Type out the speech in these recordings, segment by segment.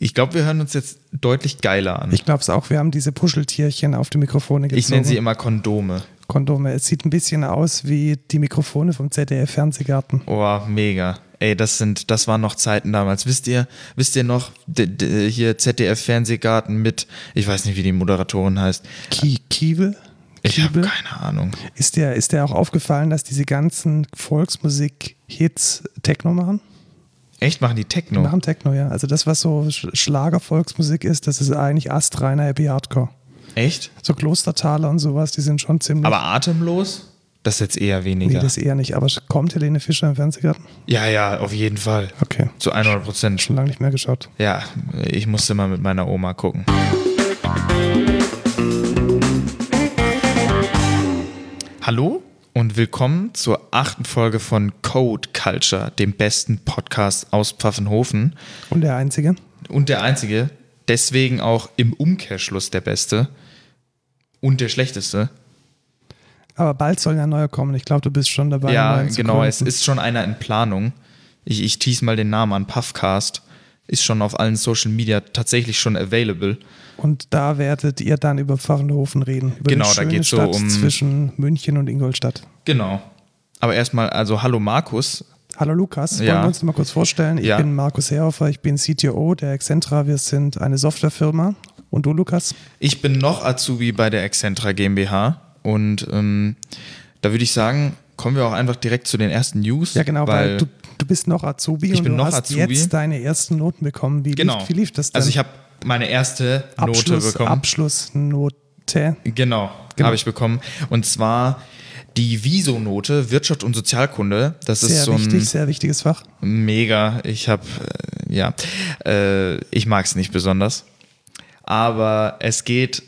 Ich glaube, wir hören uns jetzt deutlich geiler an. Ich glaube es auch. Wir haben diese Puscheltierchen auf die Mikrofone gezogen. Mhm. Ich nenne sie immer Kondome. Kondome. Es sieht ein bisschen aus wie die Mikrofone vom ZDF-Fernsehgarten. Oh, mega. Ey, das sind, das waren noch Zeiten damals. Wisst ihr, wisst ihr noch, d- d- hier ZDF-Fernsehgarten mit, ich weiß nicht, wie die Moderatorin heißt. Ki Kiebel? Ich habe Kiebel? keine Ahnung. Ist dir, ist dir auch aufgefallen, dass diese ganzen Volksmusik-Hits Techno machen? Echt, machen die Techno? Machen Techno, ja. Also das, was so Sch- Schlager-Volksmusik ist, das ist eigentlich astreiner Happy Hardcore. Echt? So Klostertaler und sowas, die sind schon ziemlich... Aber atemlos? Das ist jetzt eher nee, weniger. das eher nicht. Aber kommt Helene Fischer im Fernsehgarten? ja, ja, auf jeden Fall. Okay. Zu 100 Prozent. Schon lange nicht mehr geschaut. Ja, ich musste mal mit meiner Oma gucken. Hallo und willkommen zur achten Folge von Code Culture, dem besten Podcast aus Pfaffenhofen Und der Einzige? und der einzige, deswegen auch im Umkehrschluss der beste und der schlechteste. Aber bald soll ja ein neuer kommen. Ich glaube, du bist schon dabei. einen ja, neuen zu genau, gründen. es ist schon einer in Planung. Ich, ich tease mal den Namen an, Puffcast. Ist schon auf allen Social Media tatsächlich schon available. Und da werdet ihr dann über Pfaffenhofen reden. Über Genau, die da schöne geht's so Stadt um- zwischen München und Ingolstadt. Genau. Aber erstmal, also hallo Markus. Hallo Lukas, wollen Ja. wir uns mal kurz vorstellen? Ich Ja. bin Markus Herhofer, ich bin CTO der Excentra. Wir sind eine Softwarefirma. Und du, Lukas? Ich bin noch Azubi bei der Excentra GmbH und ähm, da würde ich sagen, kommen wir auch einfach direkt zu den ersten News. Ja, genau, weil, weil du, du bist noch Azubi Ich und bin du noch hast Azubi. jetzt deine ersten Noten bekommen. Wie, genau. lief, wie lief das denn? Also ich habe meine erste Abschluss, Note bekommen. Abschlussnote. Genau, Genau. habe ich bekommen. Und zwar die Viso-Note Wirtschaft und Sozialkunde. Das Sehr ist so wichtig, sehr wichtiges Fach. ein mega. Ich habe, äh, ja, äh, ich mag es nicht besonders. Aber es geht,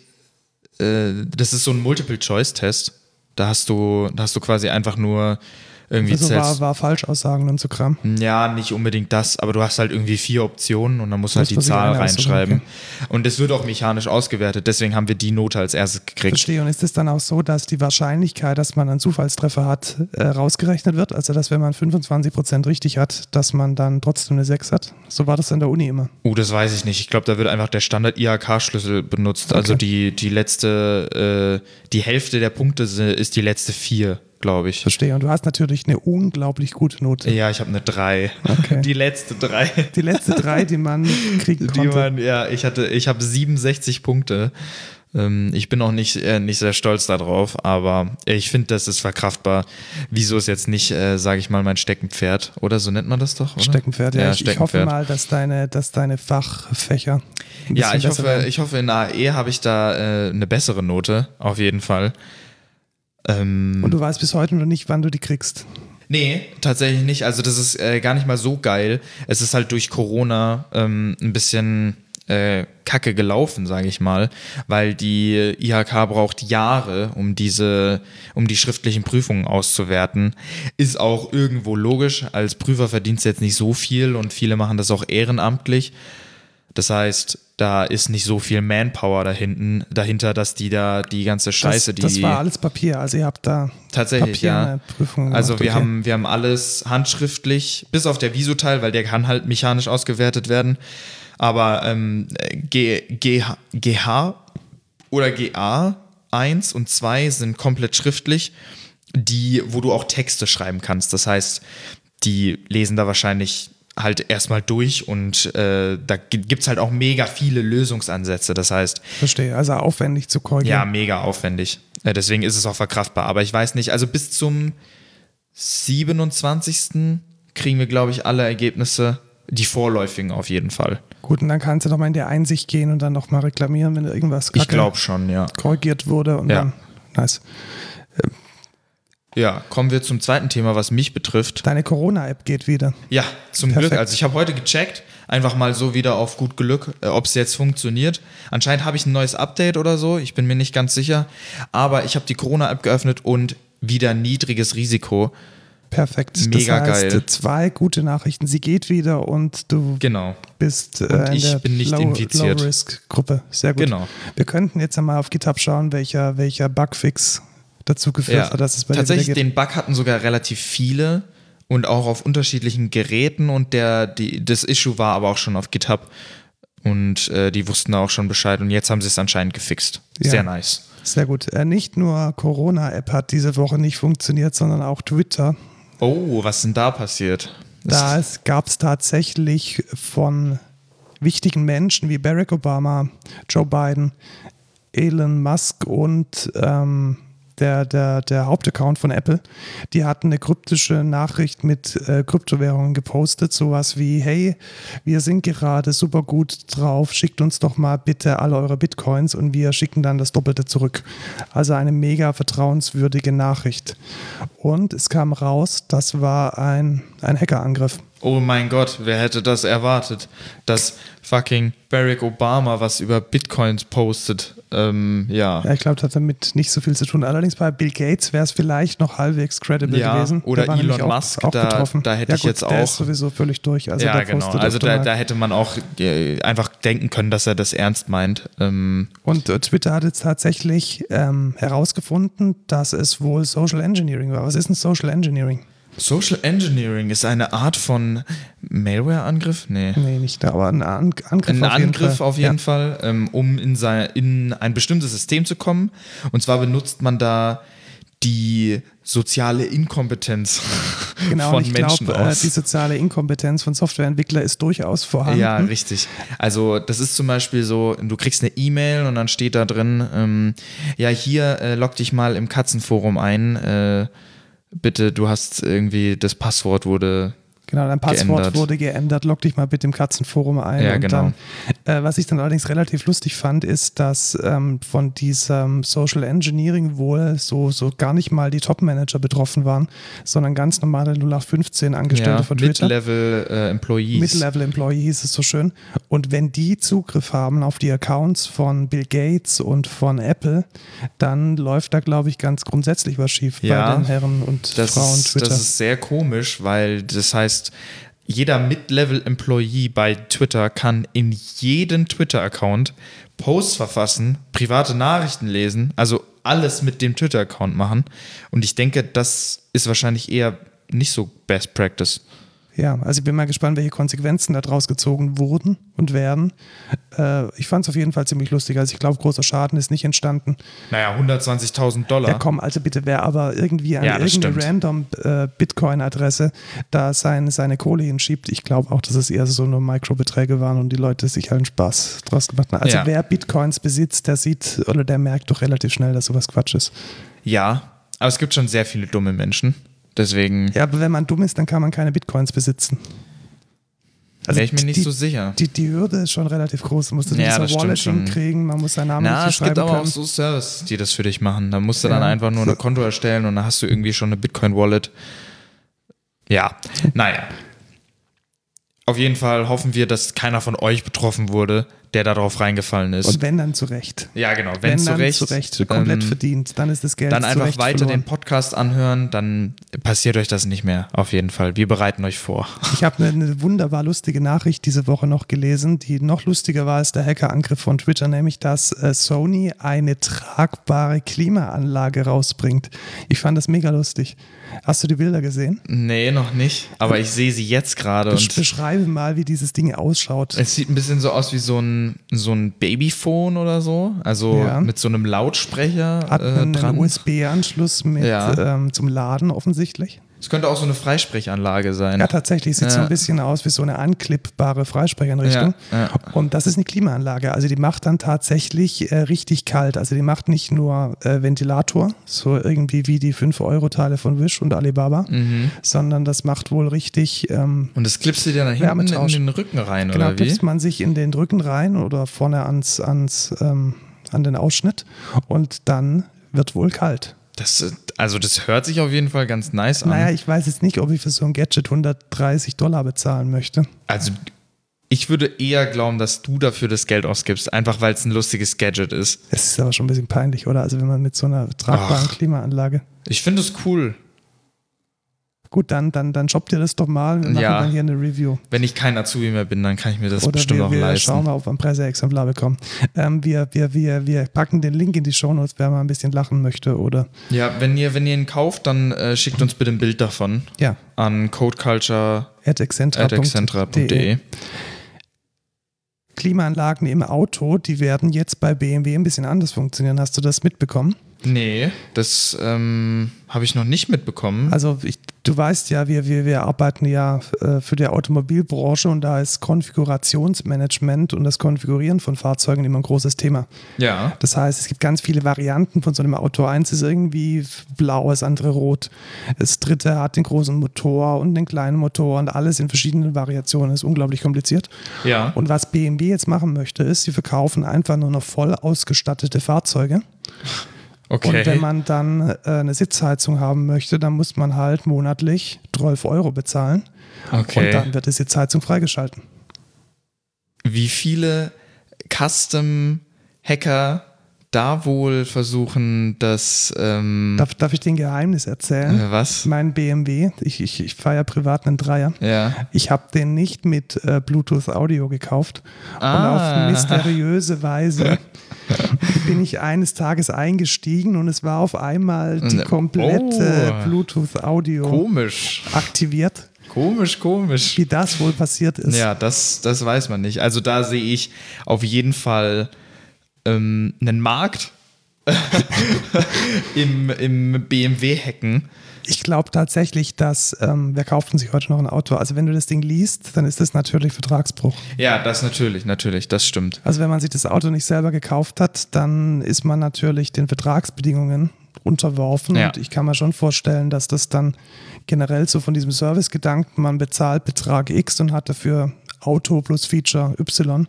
äh, das ist so ein Multiple-Choice-Test. Da hast du, da hast du quasi einfach nur irgendwie Also zählst- war, war Falschaussagen und so Kram. ja, nicht unbedingt das, aber du hast halt irgendwie vier Optionen und dann musst du halt Muss man die sich Zahl eine aussuchen, reinschreiben. Und es wird auch mechanisch ausgewertet, deswegen haben wir die Note als erstes gekriegt. Verstehe. Und ist es dann auch so, dass die Wahrscheinlichkeit, dass man einen Zufallstreffer hat, äh, rausgerechnet wird? Also, dass wenn man 25% richtig hat, dass man dann trotzdem eine 6 hat? So war das an der Uni immer. Oh, das weiß ich nicht. Ich glaube, da wird einfach der Standard IHK-Schlüssel benutzt. Also die, die letzte, äh, die Hälfte der Punkte si- ist die letzte vier, glaube ich. Verstehe. Und du hast natürlich eine unglaublich gute Note. Ja, ich habe eine drei. Okay. Die letzte drei. Die letzte drei, die man kriegen Die konnte. man, ja, ich hatte, ich habe 67 Punkte. Ähm, ich bin auch nicht, äh, nicht sehr stolz darauf, aber ich finde, das ist verkraftbar. Wieso ist jetzt nicht, äh, sage ich mal, mein Steckenpferd? Oder so nennt man das doch? Oder? Steckenpferd, ja. ich, ich hoffe Steckenpferd. mal, dass deine, dass deine Fachfächer. ein Ja, bisschen ich besser hoffe, werden. ich hoffe, in der AE habe ich da äh, eine bessere Note, auf jeden Fall. Ähm, Und du weißt bis heute noch nicht, wann du die kriegst. Nee, tatsächlich nicht. Also das ist äh, gar nicht mal so geil. Es ist halt durch Corona ähm, ein bisschen äh, kacke gelaufen, sage ich mal, weil die IHK braucht Jahre, um diese, um die schriftlichen Prüfungen auszuwerten. Ist auch irgendwo logisch. Als Prüfer verdienst du jetzt nicht so viel und viele machen das auch ehrenamtlich. Das heißt, da ist nicht so viel Manpower da hinten, dahinter, dass die da die ganze Scheiße, das, die das war alles Papier. Also, ihr habt da Tatsächlich, ja. Papierne Prüfungen also gemacht, wir, okay. haben, wir haben alles handschriftlich, bis auf der Viso-Teil, weil der kann halt mechanisch ausgewertet werden. Aber ähm, G, G, GH oder GA 1 und 2 sind komplett schriftlich, die, wo du auch Texte schreiben kannst. Das heißt, die lesen da wahrscheinlich halt erstmal durch und äh, da gibt es halt auch mega viele Lösungsansätze. Das heißt, Verstehe. Also, aufwendig zu korrigieren. ja, mega aufwendig. Äh, Deswegen ist es auch verkraftbar. Aber ich weiß nicht, also bis zum 27. kriegen wir, glaube ich, alle Ergebnisse. Die vorläufigen auf jeden Fall. Gut, und dann kannst du nochmal in die Einsicht gehen und dann nochmal reklamieren, wenn irgendwas Ich kacke glaube schon, ja. korrigiert wurde. Und Ja. dann, nice. Ja, kommen wir zum zweiten Thema, was mich betrifft. Deine Corona-App geht wieder. Ja, zum Perfekt. Glück. Also ich habe heute gecheckt, einfach mal so wieder auf gut Glück, äh, ob es jetzt funktioniert. Anscheinend habe ich ein neues Update oder so, ich bin mir nicht ganz sicher. Aber ich habe die Corona-App geöffnet und wieder niedriges Risiko. Perfekt. Mega das heißt, geil. zwei gute Nachrichten. Sie geht wieder und du Genau. bist äh, in ich der bin nicht Low, infiziert. Low-Risk-Gruppe. Sehr gut. Genau. Wir könnten jetzt einmal auf GitHub schauen, welcher, welcher Bugfix dazu geführt hat, dass es bei Tatsächlich, dir wieder geht. den Bug hatten sogar relativ viele und auch auf unterschiedlichen Geräten und der, die, das Issue war aber auch schon auf GitHub Und äh, die wussten da auch schon Bescheid und jetzt haben sie es anscheinend gefixt. Ja. Sehr nice. Sehr gut. Äh, nicht nur Corona-App hat diese Woche nicht funktioniert, sondern auch Twitter. Oh, was ist denn da passiert? Da gab es tatsächlich von wichtigen Menschen wie Barack Obama, Joe Biden, Elon Musk und ähm, der, der, der Hauptaccount von Apple, die hatten eine kryptische Nachricht mit äh, Kryptowährungen gepostet, sowas wie, hey, wir sind gerade super gut drauf, schickt uns doch mal bitte alle eure Bitcoins und wir schicken dann das Doppelte zurück. Also eine mega vertrauenswürdige Nachricht. Und es kam raus, das war ein, ein Hackerangriff. Oh mein Gott, wer hätte das erwartet, dass fucking Barack Obama was über Bitcoins postet? Ähm, ja. Ja, ich glaube, das hat damit nicht so viel zu tun. Allerdings bei Bill Gates wäre es vielleicht noch halbwegs credible Ja, gewesen. oder Der war nämlich Elon auch, Musk, auch da- getroffen. da hätte ja, ich gut, jetzt Der auch- ist sowieso völlig durch. Also ja, der genau. postet Also öfter da, mal. da hätte man auch äh, einfach denken können, dass er das ernst meint. Ähm, Und äh, Twitter hat jetzt tatsächlich ähm, herausgefunden, dass es wohl Social Engineering war. Was ist denn Social Engineering? Social Engineering ist eine Art von Malware-Angriff? Nee. Nee, nicht da, aber ein An Angriff Ein auf jeden Angriff Fall. auf jeden Fall, ähm, um in, sein, in ein bestimmtes System zu kommen. Und zwar benutzt man da die soziale Inkompetenz Genau, von und ich Menschen glaube, äh, aus. die soziale Inkompetenz von Softwareentwicklern ist durchaus vorhanden. Ja, richtig. Also das ist zum Beispiel so, du kriegst eine E-Mail und dann steht da drin, ähm, ja, hier äh, log dich mal im Katzenforum ein. Äh, bitte, du hast irgendwie, das Passwort wurde. Genau, dein Passwort geändert. wurde geändert. Log dich mal bitte im Katzenforum ein. Ja, genau. dann, äh, was ich dann allerdings relativ lustig fand, ist, dass ähm, von diesem Social Engineering wohl so, so gar nicht mal die Top-Manager betroffen waren, sondern ganz normale 0815 Angestellte Ja, von Twitter. Mid-Level äh, Employees. Mid-Level-Employee hieß es so schön. Und wenn die Zugriff haben auf die Accounts von Bill Gates und von Apple, dann läuft da, glaube ich, ganz grundsätzlich was schief Ja, bei den Herren und das Frauen ist, Twitter. Das ist sehr komisch, weil das heißt, jeder Mid-Level-Employee bei Twitter kann in jeden Twitter-Account Posts verfassen, private Nachrichten lesen, also alles mit dem Twitter-Account machen. Und ich denke, das ist wahrscheinlich eher nicht so Best Practice. Ja, also ich bin mal gespannt, welche Konsequenzen da draus gezogen wurden und werden. Äh, ich fand es auf jeden Fall ziemlich lustig. Also ich glaube, großer Schaden ist nicht entstanden. Naja, 120.000 Ja, Dollar. komm, also bitte, wer aber irgendwie an Ja, das irgendeine stimmt. random äh, Bitcoin-Adresse da seine, seine Kohle hinschiebt, ich glaube auch, dass es eher so nur Mikrobeträge waren und die Leute sich allen Spaß draus gemacht haben. Also Ja. wer Bitcoins besitzt, der sieht oder der merkt doch relativ schnell, dass sowas Quatsch ist. ja, aber es gibt schon sehr viele dumme Menschen. Deswegen Ja, aber wenn man dumm ist, dann kann man keine Bitcoins besitzen. wäre ich mir nicht also die, so sicher. die, die Hürde ist schon relativ groß. Man muss Ja, ja, das dieser stimmt Wallet schon. hinkriegen, man muss seinen Namen Na, richtig es gibt schreiben aber auch können. so Services, die das für dich machen. Da musst du dann Ja. einfach nur ein Konto erstellen und dann hast du irgendwie schon eine Bitcoin-Wallet. Ja, naja. Auf jeden Fall hoffen wir, dass keiner von euch betroffen wurde, der darauf reingefallen ist. Und wenn, dann zu Recht. ja, genau. Wenn, dann zurecht, zu Recht komplett ähm, verdient, dann ist das Geld dann zu einfach Recht weiter verloren. den Podcast anhören, dann passiert euch das nicht mehr. Auf jeden Fall. Wir bereiten euch vor. Ich habe eine, eine wunderbar lustige Nachricht diese Woche noch gelesen, die noch lustiger war als der Hackerangriff von Twitter, nämlich dass äh, Sony eine tragbare Klimaanlage rausbringt. Ich fand das mega lustig. Hast du die Bilder gesehen? Nee, noch nicht. Aber ich sehe sie jetzt gerade Besch und beschreibe mal, wie dieses Ding ausschaut. Es sieht ein bisschen so aus wie so ein, so ein Babyphone oder so. Also Ja. mit so einem Lautsprecher Hat äh, einen dran. USB-Anschluss mit Ja. ähm, zum Laden offensichtlich. Es könnte auch so eine Freisprechanlage sein. Ja, tatsächlich sieht Ja. so ein bisschen aus wie so eine anklippbare Freisprecheinrichtung. Ja, ja. Und das ist eine Klimaanlage. Also die macht dann tatsächlich äh, richtig kalt. Also die macht nicht nur äh, Ventilator, so irgendwie wie die 5-Euro-Teile von Wish und Alibaba, Mhm. sondern das macht wohl richtig. Ähm, Und das klippst du dir dann hinten in Wärmetausch. den Rücken rein, genau, oder wie? klipst man sich in den Rücken rein oder vorne ans, ans, ähm, an den Ausschnitt und dann wird wohl kalt. Das, äh, also das hört sich auf jeden Fall ganz nice an. Naja, ich weiß jetzt nicht, ob ich für so ein Gadget 130 Dollar bezahlen möchte. also ich würde eher glauben, dass du dafür das Geld ausgibst, einfach weil es ein lustiges Gadget ist. Es ist aber schon ein bisschen peinlich, oder? Also wenn man mit so einer tragbaren Ach. Klimaanlage. Ich finde es cool, Gut, dann, dann, dann shoppt ihr das doch mal. Wir machen Ja. dann hier eine Review. wenn ich kein Azubi mehr bin, dann kann ich mir das Oder bestimmt wir, auch wir leisten. schauen mal, ob wir ein Presseexemplar bekommen. Ähm, wir, wir, wir, wir packen den Link in die Shownotes, wer mal ein bisschen lachen möchte. Oder Ja, wenn ihr, wenn ihr ihn kauft, dann äh, schickt uns bitte ein Bild davon ja, an codeculture.de. E. atexcentra.de. atexcentra.de. Klimaanlagen im Auto, die werden jetzt bei BMW ein bisschen anders funktionieren. Hast du das mitbekommen? Nee, das ähm, habe ich noch nicht mitbekommen. Also ich, du weißt ja, wir, wir, wir arbeiten ja äh, für die Automobilbranche und da ist Konfigurationsmanagement und das Konfigurieren von Fahrzeugen immer ein großes Thema. Ja. Das heißt, es gibt ganz viele Varianten von so einem Auto. Eins ist irgendwie blau, das andere rot. Das dritte hat den großen Motor und den kleinen Motor und alles in verschiedenen Variationen. Das ist unglaublich kompliziert. Ja. Und was BMW jetzt machen möchte, ist, sie verkaufen einfach nur noch voll ausgestattete Fahrzeuge. Okay. Und wenn man dann äh, eine Sitzheizung haben möchte, dann muss man halt monatlich 12 Euro bezahlen. Okay. Und dann wird die Sitzheizung freigeschalten. Wie viele Custom-Hacker da wohl versuchen, das. Ähm, Darf, darf ich dir ein Geheimnis erzählen? äh, was? Mein BMW, ich, ich, ich fahre ja privat einen Dreier. Ja. Ich habe den nicht mit äh, Bluetooth Audio gekauft. Ah. Und auf mysteriöse Weise bin ich eines Tages eingestiegen und es war auf einmal die Ne- komplette Oh. Bluetooth Audio Komisch. aktiviert. Komisch, komisch. Wie das wohl passiert ist. Ja, das, das weiß man nicht. Also da sehe ich auf jeden Fall ähm, einen Markt im, im BMW-Hacken. Ich glaube tatsächlich, dass, ähm, wer kauft denn sich heute noch ein Auto? Also wenn du das Ding liest, dann ist das natürlich Vertragsbruch. Ja, das natürlich, natürlich, das stimmt. Also wenn man sich das Auto nicht selber gekauft hat, dann ist man natürlich den Vertragsbedingungen unterworfen. Ja. Und ich kann mir schon vorstellen, dass das dann generell so von diesem Servicegedanken, man bezahlt Betrag X und hat dafür Auto plus Feature Y.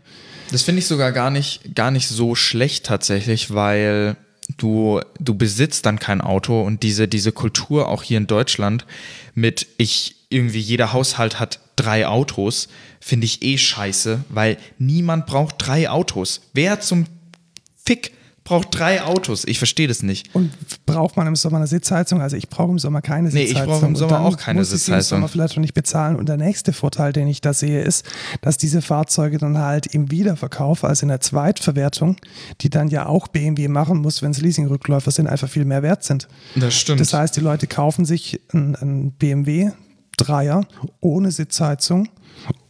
Das finde ich sogar gar nicht, gar nicht so schlecht tatsächlich, weil du, du besitzt dann kein Auto und diese, diese Kultur auch hier in Deutschland mit ich irgendwie jeder Haushalt hat drei Autos, finde ich eh scheiße, weil niemand braucht drei Autos. Wer zum Fick braucht drei Autos? Ich verstehe das nicht. Und braucht man im Sommer eine Sitzheizung? Also ich brauche im Sommer keine Nee, ich Sitzheizung. brauche im Und Sommer dann auch keine muss ich sie Sitzheizung. Im Sommer vielleicht noch nicht bezahlen. Und der nächste Vorteil, den ich da sehe, ist, dass diese Fahrzeuge dann halt im Wiederverkauf, also in der Zweitverwertung, die dann ja auch BMW machen muss, wenn es Leasingrückläufer sind, einfach viel mehr wert sind. Das stimmt. Das heißt, die Leute kaufen sich einen, einen BMW Dreier ohne Sitzheizung,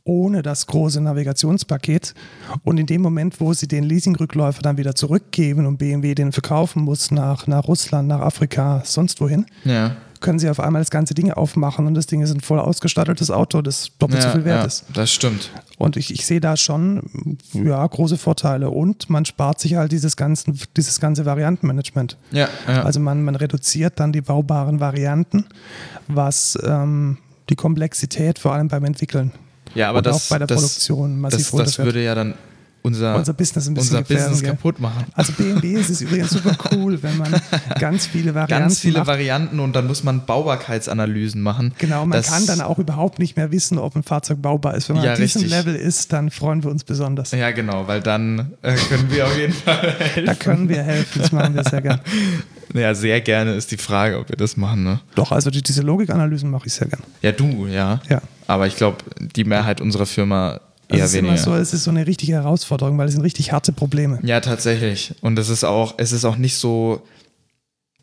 ohne das große Navigationspaket. Und in dem Moment, wo sie den Leasingrückläufer dann wieder zurückgeben und BMW den verkaufen muss nach, nach Russland, nach Afrika, sonst wohin, ja. können sie auf einmal das ganze Ding aufmachen und das Ding ist ein voll ausgestattetes Auto, das doppelt so ja, viel wert ja, ist. das stimmt. Und ich, ich sehe da schon ja, große Vorteile. Und man spart sich halt dieses, ganzen, dieses ganze Variantenmanagement. Ja, ja. Also man, man reduziert dann die baubaren Varianten, was ähm, die Komplexität vor allem beim Entwickeln ja, aber und das, auch bei der das, Produktion massiv das, das runterfährt. würde ja dann unser, Unser Business ein bisschen unser Business gefährden, gell? kaputt machen. Also BMW ist es übrigens super cool, wenn man ganz viele Varianten ganz viele macht. Varianten und dann muss man Baubarkeitsanalysen machen. Genau, man Das- kann dann auch überhaupt nicht mehr wissen, ob ein Fahrzeug baubar ist. Wenn man Ja, auf diesem richtig. Level ist, dann freuen wir uns besonders. Ja, genau, weil dann äh, können wir auf jeden Fall Da helfen. können wir helfen, das machen wir sehr gern. Ja, sehr gerne ist die Frage, ob wir das machen. Ne? Doch, also die, diese Logikanalysen mache ich sehr gern. Also Ja, du, ja. Ja. Aber ich glaube, die Mehrheit unserer Firma eher Also es ist weniger. immer so, es ist so eine richtige Herausforderung, weil es sind richtig harte Probleme. ja, tatsächlich. Und es ist auch, es ist auch nicht so,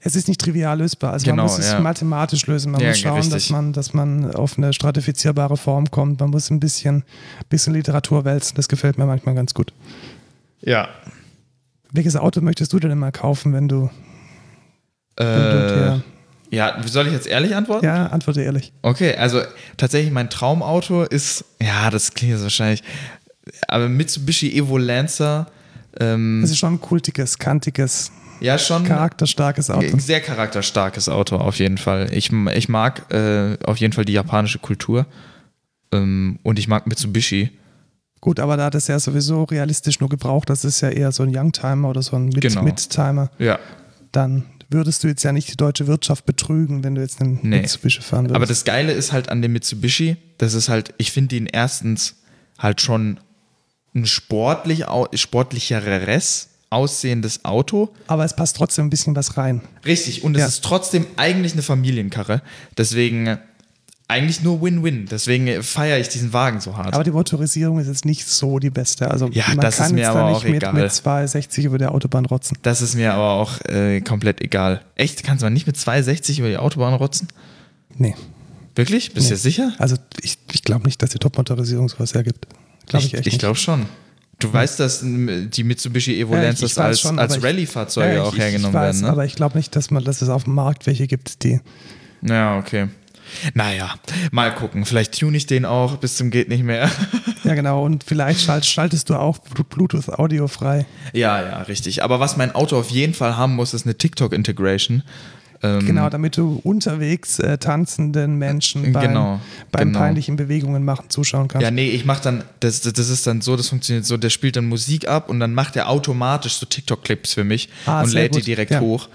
Es ist nicht trivial lösbar. Also Genau, man muss es ja. mathematisch lösen. Man Ja, muss schauen, richtig. dass man, dass man auf eine stratifizierbare Form kommt. Man muss ein bisschen, bisschen Literatur wälzen. Das gefällt mir manchmal ganz gut. ja. Welches Auto möchtest du denn mal kaufen, wenn du, wenn du Äh, dir, ja, soll ich jetzt ehrlich antworten? Ja, antworte ehrlich. Okay, also tatsächlich mein Traumauto ist, ja, das klingt jetzt wahrscheinlich, aber Mitsubishi Evo Lancer, ähm, Es ist schon ein kultiges, kantiges, ja schon charakterstarkes Auto. Ein sehr charakterstarkes Auto, auf jeden Fall. Ich, ich mag äh, auf jeden Fall die japanische Kultur. Ähm, und ich mag Mitsubishi. Gut, aber da das ja sowieso realistisch nur gebraucht, das ist ja eher so ein Youngtimer oder so ein Mit Genau. Midtimer, Ja. dann würdest du jetzt ja nicht die deutsche Wirtschaft betrügen, wenn du jetzt einen Nee. Mitsubishi fahren würdest. Aber das Geile ist halt an dem Mitsubishi, das ist halt, ich finde ihn erstens halt schon ein sportlich, au- sportlicheres aussehendes Auto. aber es passt trotzdem ein bisschen was rein. Richtig, und es Ja. ist trotzdem eigentlich eine Familienkarre. Deswegen äh, eigentlich nur Win-Win. Deswegen feiere ich diesen Wagen so hart. Aber die Motorisierung ist jetzt nicht so die beste. Also Ja, man das kann ist mir jetzt aber da auch nicht mit, egal. mit 260 über der Autobahn rotzen. Das ist mir aber auch äh, komplett egal. Echt? Kannst du mal nicht mit 260 über die Autobahn rotzen? Nee. Wirklich? Bist du dir sicher? Also ich, ich glaube nicht, dass die Top-Motorisierung sowas hergibt. Glaube ich, ich echt ich nicht. glaube schon. Du weißt, dass ähm, die Mitsubishi Evo Lancers weiß als, schon, als aber ich- Rallye-Fahrzeuge Ja, auch ich- hergenommen ich weiß, werden. Ne? Aber ich glaube nicht, dass, man, dass es auf dem Markt welche gibt, die. Ja, okay. Naja, mal gucken. Vielleicht tune ich den auch bis zum geht nicht mehr. Ja, genau. Und vielleicht schalt, schaltest du auch Blu- Bluetooth Audio frei. ja, ja, richtig. Aber was mein Auto auf jeden Fall haben muss, ist eine TikTok-Integration. Ähm, Genau, damit du unterwegs äh, tanzenden Menschen beim, Genau, beim genau. peinlichen Bewegungen machen zuschauen kannst. Ja, nee, ich mach dann, das, das das ist dann so, das funktioniert so, der spielt dann Musik ab und dann macht er automatisch so TikTok-Clips für mich Ah, und sehr lädt die gut. direkt Ja. hoch.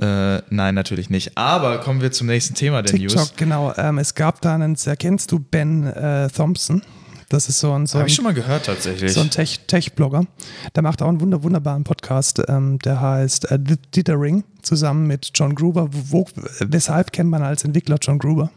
Äh, nein, natürlich nicht. Aber kommen wir zum nächsten Thema der TikTok, News. genau. Ähm, es gab da einen, erkennst du Ben äh, Thompson? Das ist so ein, so Habe ein, ich schon so mal gehört tatsächlich. ein Tech- Tech-Blogger. der macht auch einen wunder, wunderbaren Podcast, ähm, der heißt äh, Did- Dithering, zusammen mit John Gruber. Wo, weshalb kennt man als Entwickler John Gruber?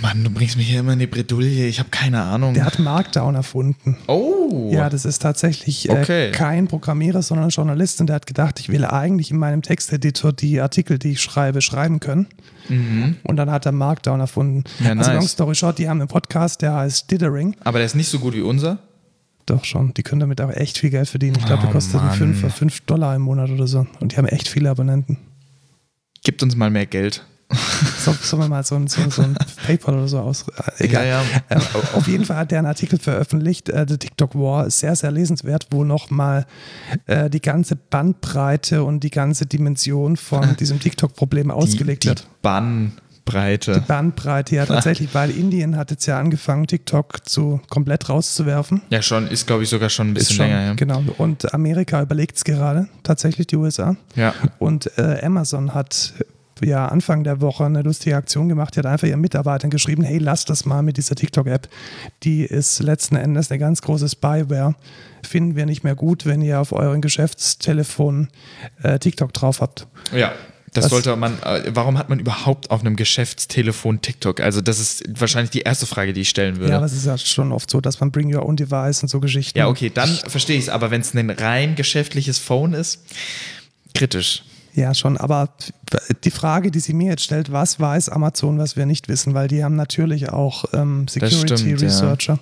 Mann, du bringst mich hier immer in die Bredouille. Ich habe keine Ahnung. Der hat Markdown erfunden. oh, Ja, das ist tatsächlich Okay. äh, kein Programmierer, sondern ein Journalist. Und der hat gedacht, ich will eigentlich in meinem Texteditor die Artikel, die ich schreibe, schreiben können. Und dann hat er Markdown erfunden. Mhm. Ja, also nice. long story short, die haben einen Podcast, der heißt Dithering. aber der ist nicht so gut wie unser. Doch schon, die können damit auch echt viel Geld verdienen. Ich glaube, Oh, der kostet Mann. einen 5, 5 Dollar im Monat oder so. Und die haben echt viele Abonnenten. Gibt uns mal mehr Geld. So, sollen wir mal so ein, so, so ein PayPal oder so aus. Äh, egal. Ja, ja. Ähm, auf jeden Fall hat der einen Artikel veröffentlicht, äh, The TikTok War, ist sehr, sehr lesenswert, wo nochmal äh, die ganze Bandbreite und die ganze Dimension von diesem TikTok-Problem ausgelegt die, die wird. Bannbreite. Bandbreite, ja tatsächlich, weil Indien hat jetzt ja angefangen, TikTok zu komplett rauszuwerfen. Ja, schon, ist glaube ich sogar schon ein bisschen schon, länger. Ja. Genau. Und Amerika überlegt es gerade, tatsächlich die USA. Ja. Und äh, Amazon hat äh, ja Anfang der Woche eine lustige Aktion gemacht. Die hat einfach ihren Mitarbeitern geschrieben: Hey, lasst das mal mit dieser TikTok-App. Die ist letzten Endes eine ganz große Spyware. Finden wir nicht mehr gut, wenn ihr auf euren Geschäftstelefonen äh, TikTok drauf habt. Ja, das, Das- sollte man. Äh, warum hat man überhaupt auf einem Geschäftstelefon TikTok? Also, das ist wahrscheinlich die erste Frage, die ich stellen würde. Ja, aber Ja, es ist ja schon oft so, dass man Bring Your Own Device und so Geschichten. okay, dann verstehe ich es. Aber wenn es ein rein geschäftliches Phone ist, kritisch. Ja, schon, aber die Frage, die sie mir jetzt stellt, was weiß Amazon, was wir nicht wissen, weil die haben natürlich auch ähm, Security stimmt, ja. Researcher.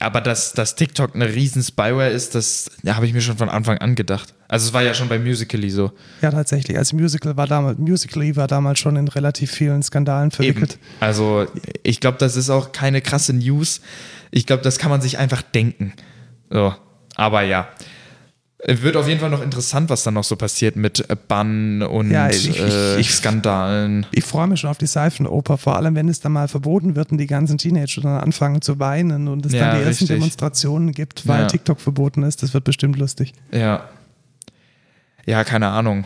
Aber dass, dass TikTok eine riesen Spyware ist, das ja, habe ich mir schon von Anfang an gedacht. Also, es war ja schon bei Musical.ly so. Ja, tatsächlich. Als Musical war damals, Musical.ly war damals schon in relativ vielen Skandalen Eben. verwickelt. Also, ich glaube, das ist auch keine krasse News. Ich glaube, das kann man sich einfach denken. So. Aber ja. Äh, Wird auf jeden Fall noch interessant, was dann noch so passiert mit äh, Bann und Ja, ich- ich- äh, ich- Skandalen. Ich freue mich schon auf die Seifenoper, vor allem wenn es dann mal verboten wird und die ganzen Teenager dann anfangen zu weinen und es Ja, dann die ersten richtig. Demonstrationen gibt, weil Ja. TikTok verboten ist. Das wird bestimmt lustig. Ja. Ja, keine Ahnung.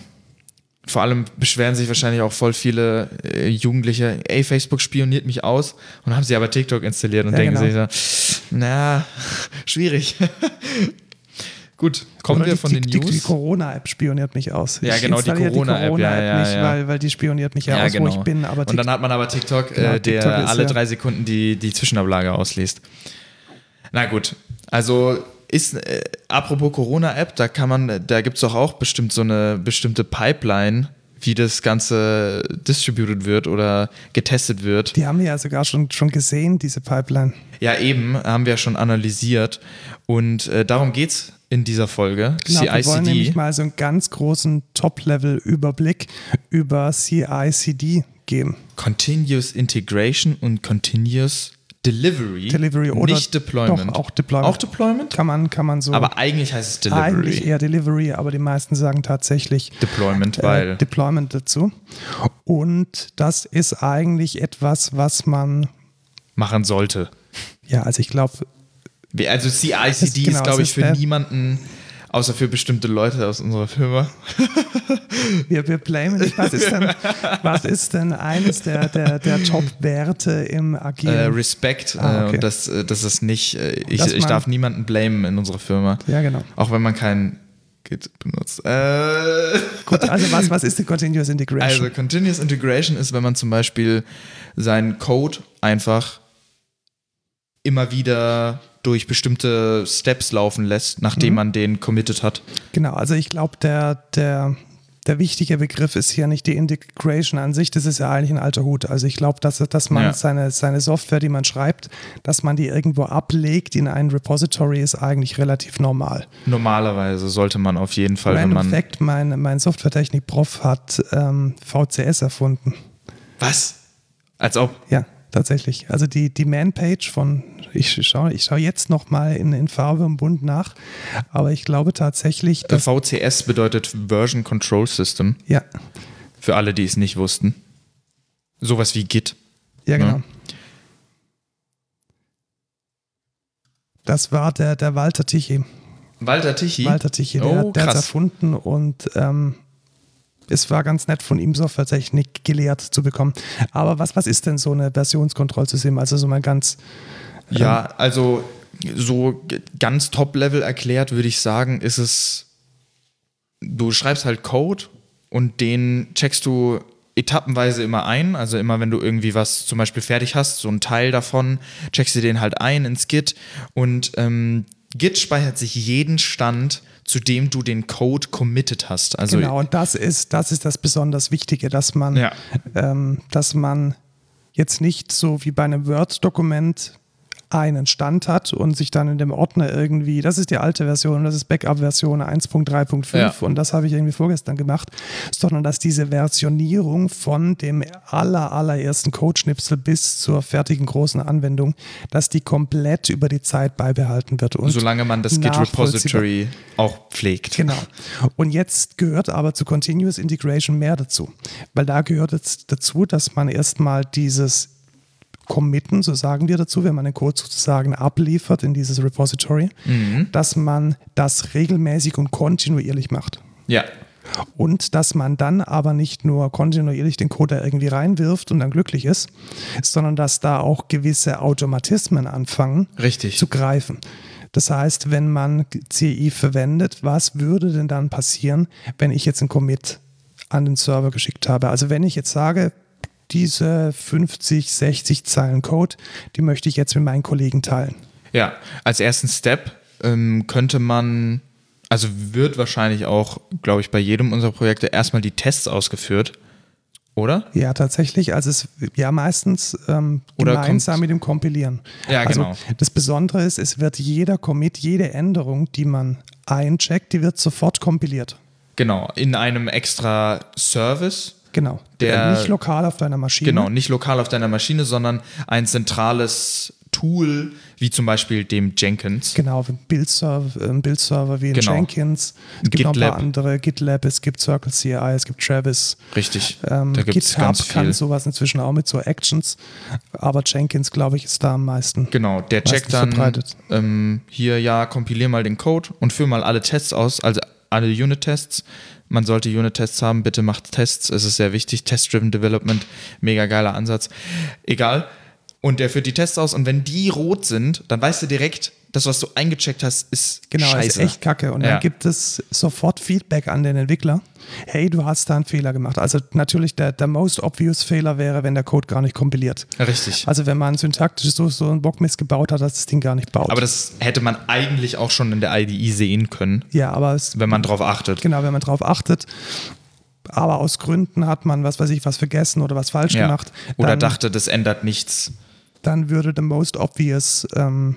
Vor allem beschweren sich wahrscheinlich auch voll viele äh, Jugendliche, ey, Facebook spioniert mich aus und haben sie aber TikTok installiert und Ja, denken genau. sich so, na, schwierig. Gut, kommen Oder wir die, von die, den die, News. Die Corona-App spioniert mich aus. Ja, ich genau, die installiere die Corona-App, ja, Corona-App ja, nicht, ja. weil, weil die spioniert mich ja, aus, wo ich bin. genau. Aber und TikTok dann hat man aber TikTok, Genau, äh, der TikTok ist alle ja- drei Sekunden die, die Zwischenablage ausliest. Na gut, also ist, äh, apropos Corona-App, da kann man, da gibt es doch auch bestimmt so eine bestimmte Pipeline, wie das Ganze distributed wird oder getestet wird. Die haben wir ja sogar schon, schon gesehen, diese Pipeline. Ja, eben, haben wir schon analysiert. Und äh, darum geht's in dieser Folge. wir Genau, wollen CICD. nämlich mal so einen ganz großen Top-Level-Überblick über CICD geben. Continuous Integration und Continuous Delivery. Delivery oder nicht Deployment. Doch, auch Deployment. Auch Deployment? Kann man, kann man so. Aber eigentlich heißt es Delivery. eigentlich eher Delivery, aber die meisten sagen tatsächlich Deployment, weil. äh, Deployment dazu. Und das ist eigentlich etwas, was man, machen sollte. ja, also ich glaube, Wir- Also CICD genau, ist, glaube ich, es ist für der- niemanden, außer für bestimmte Leute aus unserer Firma. wir, wir blamen nicht. Was ist denn, was ist denn eines der, der, der Top-Werte im Agilen? Äh, Respekt. Ah, okay. äh, das, äh, das ist nicht, äh, ich, Dass ich man- darf niemanden blamen in unserer Firma. Ja, genau. Auch wenn man kein Git benutzt. Äh, Gut, also was, was ist die Continuous Integration? also Continuous Integration ist, wenn man zum Beispiel seinen Code einfach immer wieder durch bestimmte Mhm. Steps laufen lässt, nachdem man den committed hat. genau, also ich glaube, der, der der wichtige Begriff ist hier nicht die Integration an sich, das ist ja eigentlich ein alter Hut. Also ich glaube, dass, dass man Ja. seine, seine Software, die man schreibt, dass man die irgendwo ablegt in ein Repository, ist eigentlich relativ normal. Normalerweise sollte man auf jeden Fall, wenn Random Also man. Fact, mein, mein Softwaretechnik-Prof hat ähm, VCS erfunden. Was? Als ob. Ja, tatsächlich. Also die, die Man-Page von, ich schaue ich schau jetzt nochmal in, in Farbe und Bunt nach, aber ich glaube tatsächlich, dass, VCS bedeutet Version Control System, ja, für alle, die es nicht wussten. Sowas wie Git. ja Ja. genau. Das war der, der Walter Tichy. Walter Tichy. Walter Tichy, der, Oh, der hat krass. erfunden und ähm, es war ganz nett von ihm Softwaretechnik gelehrt zu bekommen. Aber was, was ist denn so eine Versionskontrollsystem? Also so mal ganz, Ja, Ähm. also so g- ganz top-level erklärt würde ich sagen, ist es, du schreibst halt Code und den checkst du etappenweise immer ein. Also immer, wenn du irgendwie was zum Beispiel fertig hast, so ein Teil davon, checkst du den halt ein ins Git und ähm, Git speichert sich jeden Stand, zu dem du den Code committed hast. Also genau, und das ist, das ist das besonders Wichtige, dass man Ja. ähm, dass man jetzt nicht so wie bei einem Word-Dokument einen Stand hat und sich dann in dem Ordner irgendwie, das ist die alte Version, das ist Backup-Version 1.3.5 Ja. und das habe ich irgendwie vorgestern gemacht, sondern dass diese Versionierung von dem aller, allerersten Codeschnipsel bis zur fertigen großen Anwendung, dass die komplett über die Zeit beibehalten wird. Und solange man das Git nachvollziehbar- Repository auch pflegt. Genau. Und jetzt gehört aber zu Continuous Integration mehr dazu, weil da gehört jetzt dazu, dass man erstmal dieses Committen, so sagen wir dazu, wenn man den Code sozusagen abliefert in dieses Repository, dass man das regelmäßig und kontinuierlich macht. Ja. Und dass man dann aber nicht nur kontinuierlich den Code da irgendwie reinwirft und dann glücklich ist, sondern dass da auch gewisse Automatismen anfangen, Richtig. zu greifen. Das heißt, wenn man CI verwendet, was würde denn dann passieren, wenn ich jetzt einen Commit an den Server geschickt habe? Also wenn ich jetzt sage, diese 50, 60 Zeilen Code, die möchte ich jetzt mit meinen Kollegen teilen. Ja, als ersten Step ähm, könnte man, also wird wahrscheinlich auch, glaube ich, bei jedem unserer Projekte erstmal die Tests ausgeführt, oder? Ja, tatsächlich. Also es ja meistens ähm, Oder gemeinsam kommt- mit dem Kompilieren. Ja, also genau. Das Besondere ist, es wird jeder Commit, jede Änderung, die man eincheckt, die wird sofort kompiliert. Genau, in einem extra Service. Genau. Der- Nicht lokal auf deiner Maschine. Genau, nicht lokal auf deiner Maschine, sondern ein zentrales Tool, wie zum Beispiel dem Jenkins. Genau, ein Build-Server, ein Build-Server wie in Genau. Jenkins. Es gibt noch ein GitLab. paar andere. GitLab, es gibt Circle CI, es gibt Travis. Richtig, Ähm, da gibt es GitHub ganz viel. kann sowas inzwischen auch mit so Actions. Aber Jenkins, glaube ich, ist da am meisten. Genau, der checkt dann verbreitet. ähm, hier, ja, kompilier mal den Code und führ mal alle Tests aus, also alle Unit-Tests. Man sollte Unit-Tests haben, bitte macht Tests, es ist sehr wichtig. Test-Driven Development, mega geiler Ansatz. Egal. Und der führt die Tests aus und wenn die rot sind, dann weißt du direkt, das, was du eingecheckt hast, ist Genau, scheiße. ist echt kacke. Und Ja. dann gibt es sofort Feedback an den Entwickler. Hey, du hast da einen Fehler gemacht. Also natürlich der, der most obvious Fehler wäre, wenn der Code gar nicht kompiliert. Richtig. Also wenn man syntaktisch so, so einen Bockmist gebaut hat, dass das Ding gar nicht baut. Aber das hätte man eigentlich auch schon in der IDE sehen können, ja, aber es wenn man drauf achtet. Genau, wenn man drauf achtet. Aber aus Gründen hat man, was weiß ich, was vergessen oder was falsch Ja. gemacht. Oder dann, dachte, das ändert nichts. Dann würde der most obvious ähm,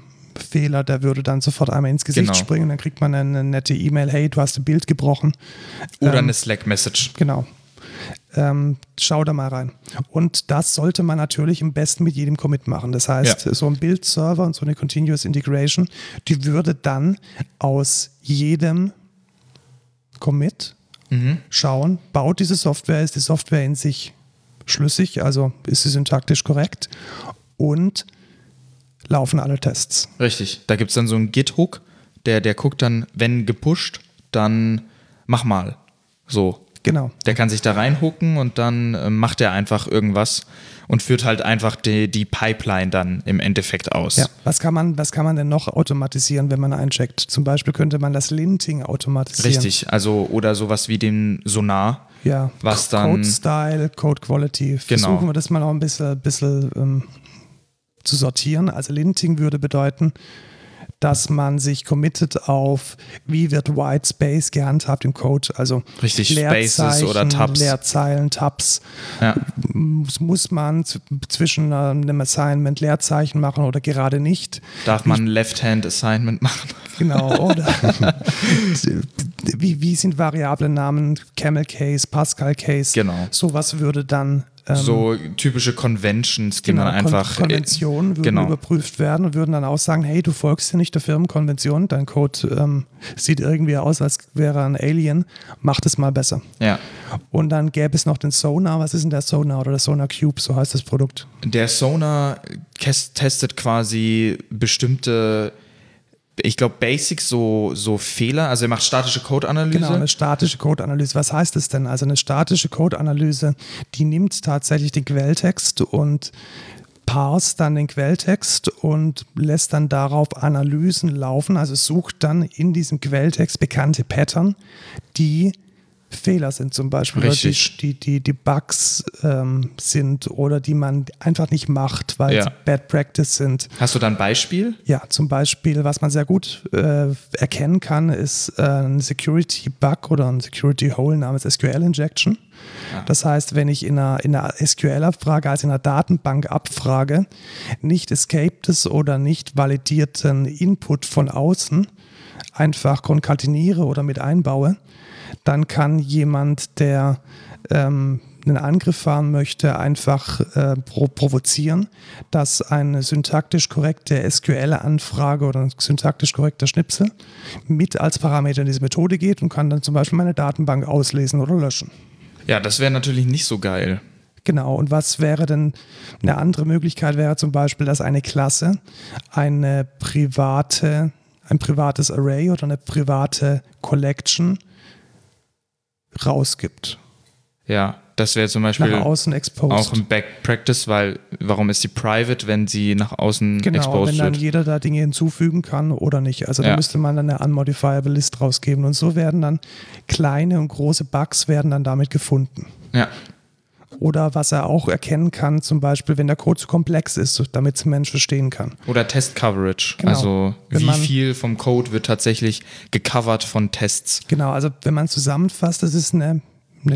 Fehler, der würde dann sofort einmal ins Gesicht Genau. springen. Dann kriegt man eine, nette E-Mail, hey, du hast ein Bild gebrochen. Oder Ähm, eine Slack-Message. Genau. Ähm, schau da mal rein. Und das sollte man natürlich am besten mit jedem Commit machen. Das heißt, Ja. so ein Build-Server und so eine Continuous Integration, die würde dann aus jedem Commit schauen, baut diese Software, ist die Software in sich schlüssig, also ist sie syntaktisch korrekt und laufen alle Tests. Richtig. Da gibt es dann so einen Git-Hook, der, der guckt dann, wenn gepusht, dann mach mal. So. Genau. Der kann sich da reinhucken und dann äh, macht er einfach irgendwas und führt halt einfach die, die Pipeline dann im Endeffekt aus. Ja, was kann, man, was kann man denn noch automatisieren, wenn man eincheckt? Zum Beispiel könnte man das Linting automatisieren. Richtig. Also, oder sowas wie den Sonar. Ja, Was Co- dann- Code Style, Code Quality. Versuchen Genau. wir das mal auch ein bisschen, bisschen ähm, zu sortieren. Also Linting würde bedeuten, dass man sich committet auf, wie wird White Space gehandhabt im Code. Also Richtig, Spaces Leerzeichen, oder Tabs. Leerzeilen, Tabs. Ja. Muss, muss man z- zwischen äh, einem Assignment Leerzeichen machen oder gerade nicht. Darf man Left-Hand-Assignment machen? Genau, oder? wie, wie sind variable Namen? Camel Case, Pascal Case. Genau. Sowas würde dann. ähm, genau, so typische Conventions, die man Kon- einfach. äh, Konventionen würden genau. überprüft werden und würden dann auch sagen, hey, du folgst hier nicht der Firmenkonvention, dein Code ähm, sieht irgendwie aus, als wäre er ein Alien, mach das mal besser. ja. Und dann gäbe es noch den Sonar, was ist denn der Sonar oder der Sonar Cube, so heißt das Produkt. Der Sonar kes- testet quasi bestimmte, ich glaube, Basics, so, so Fehler. Also er macht statische Code-Analyse. Genau, eine statische Codeanalyse. Was heißt das denn? Also eine statische Codeanalyse, die nimmt tatsächlich den Quelltext und parst dann den Quelltext und lässt dann darauf Analysen laufen, also sucht dann in diesem Quelltext bekannte Pattern, die Fehler sind zum Beispiel, oder Richtig. Die, die, die Bugs ähm, sind oder die man einfach nicht macht, weil Ja. sie Bad Practice sind. Hast du da ein Beispiel? Ja, zum Beispiel, was man sehr gut äh, erkennen kann, ist äh, ein Security Bug oder ein Security Hole namens SQL Injection. Das heißt, wenn ich in einer, in einer SQL-Abfrage, also in einer Datenbank abfrage, nicht escapedes oder nicht validierten Input von außen einfach konkateniere oder mit einbaue, dann kann jemand, der ähm, einen Angriff fahren möchte, einfach äh, pro provozieren, dass eine syntaktisch korrekte SQL-Anfrage oder ein syntaktisch korrekter Schnipsel mit als Parameter in diese Methode geht und kann dann zum Beispiel meine Datenbank auslesen oder löschen. Ja, das wäre natürlich nicht so geil. Genau, und was wäre denn eine andere Möglichkeit wäre zum Beispiel, dass eine Klasse eine private, ein privates Array oder eine private Collection rausgibt. Ja, das wäre zum Beispiel Nach außen exposed. auch ein Back Practice, weil warum ist die private, wenn sie nach außen Genau, wenn exposed dann wird? jeder da Dinge hinzufügen kann oder nicht. Also Ja. da müsste man dann eine unmodifiable List rausgeben. Und so werden dann kleine und große Bugs werden dann damit gefunden. Ja, Oder was er auch erkennen kann, zum Beispiel, wenn der Code zu komplex ist, damit es ein Mensch verstehen kann. Oder Test Coverage. Genau. Also Wenn wie man- viel vom Code wird tatsächlich gecovert von Tests. Genau, also wenn man zusammenfasst, das ist eine, eine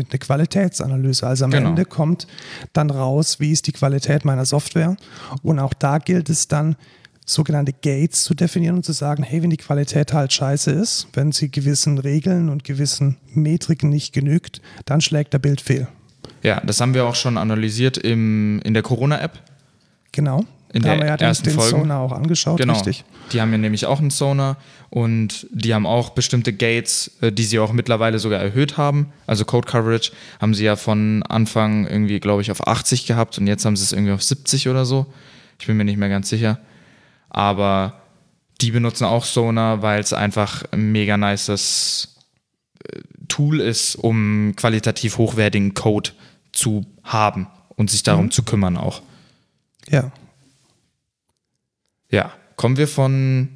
eine Qualitätsanalyse. Also am Genau. Ende kommt dann raus, wie ist die Qualität meiner Software. Und auch da gilt es dann, sogenannte Gates zu definieren und zu sagen, hey, wenn die Qualität halt scheiße ist, wenn sie gewissen Regeln und gewissen Metriken nicht genügt, dann schlägt der Bild fehl. Ja, das haben wir auch schon analysiert im, in der Corona-App. Genau. In da der haben wir ja den, ersten den Folge. Sonar auch angeschaut, Genau. richtig. Die haben ja nämlich auch einen Sonar und die haben auch bestimmte Gates, äh, die sie auch mittlerweile sogar erhöht haben. Also Code Coverage haben sie ja von Anfang irgendwie, glaube ich, auf 80 gehabt und jetzt haben sie es irgendwie auf 70 oder so. Ich bin mir nicht mehr ganz sicher. Aber die benutzen auch Sonar, weil es einfach ein mega nices äh, Tool ist, um qualitativ hochwertigen Code zu haben und sich Mhm. darum zu kümmern auch. Ja. Ja, kommen wir von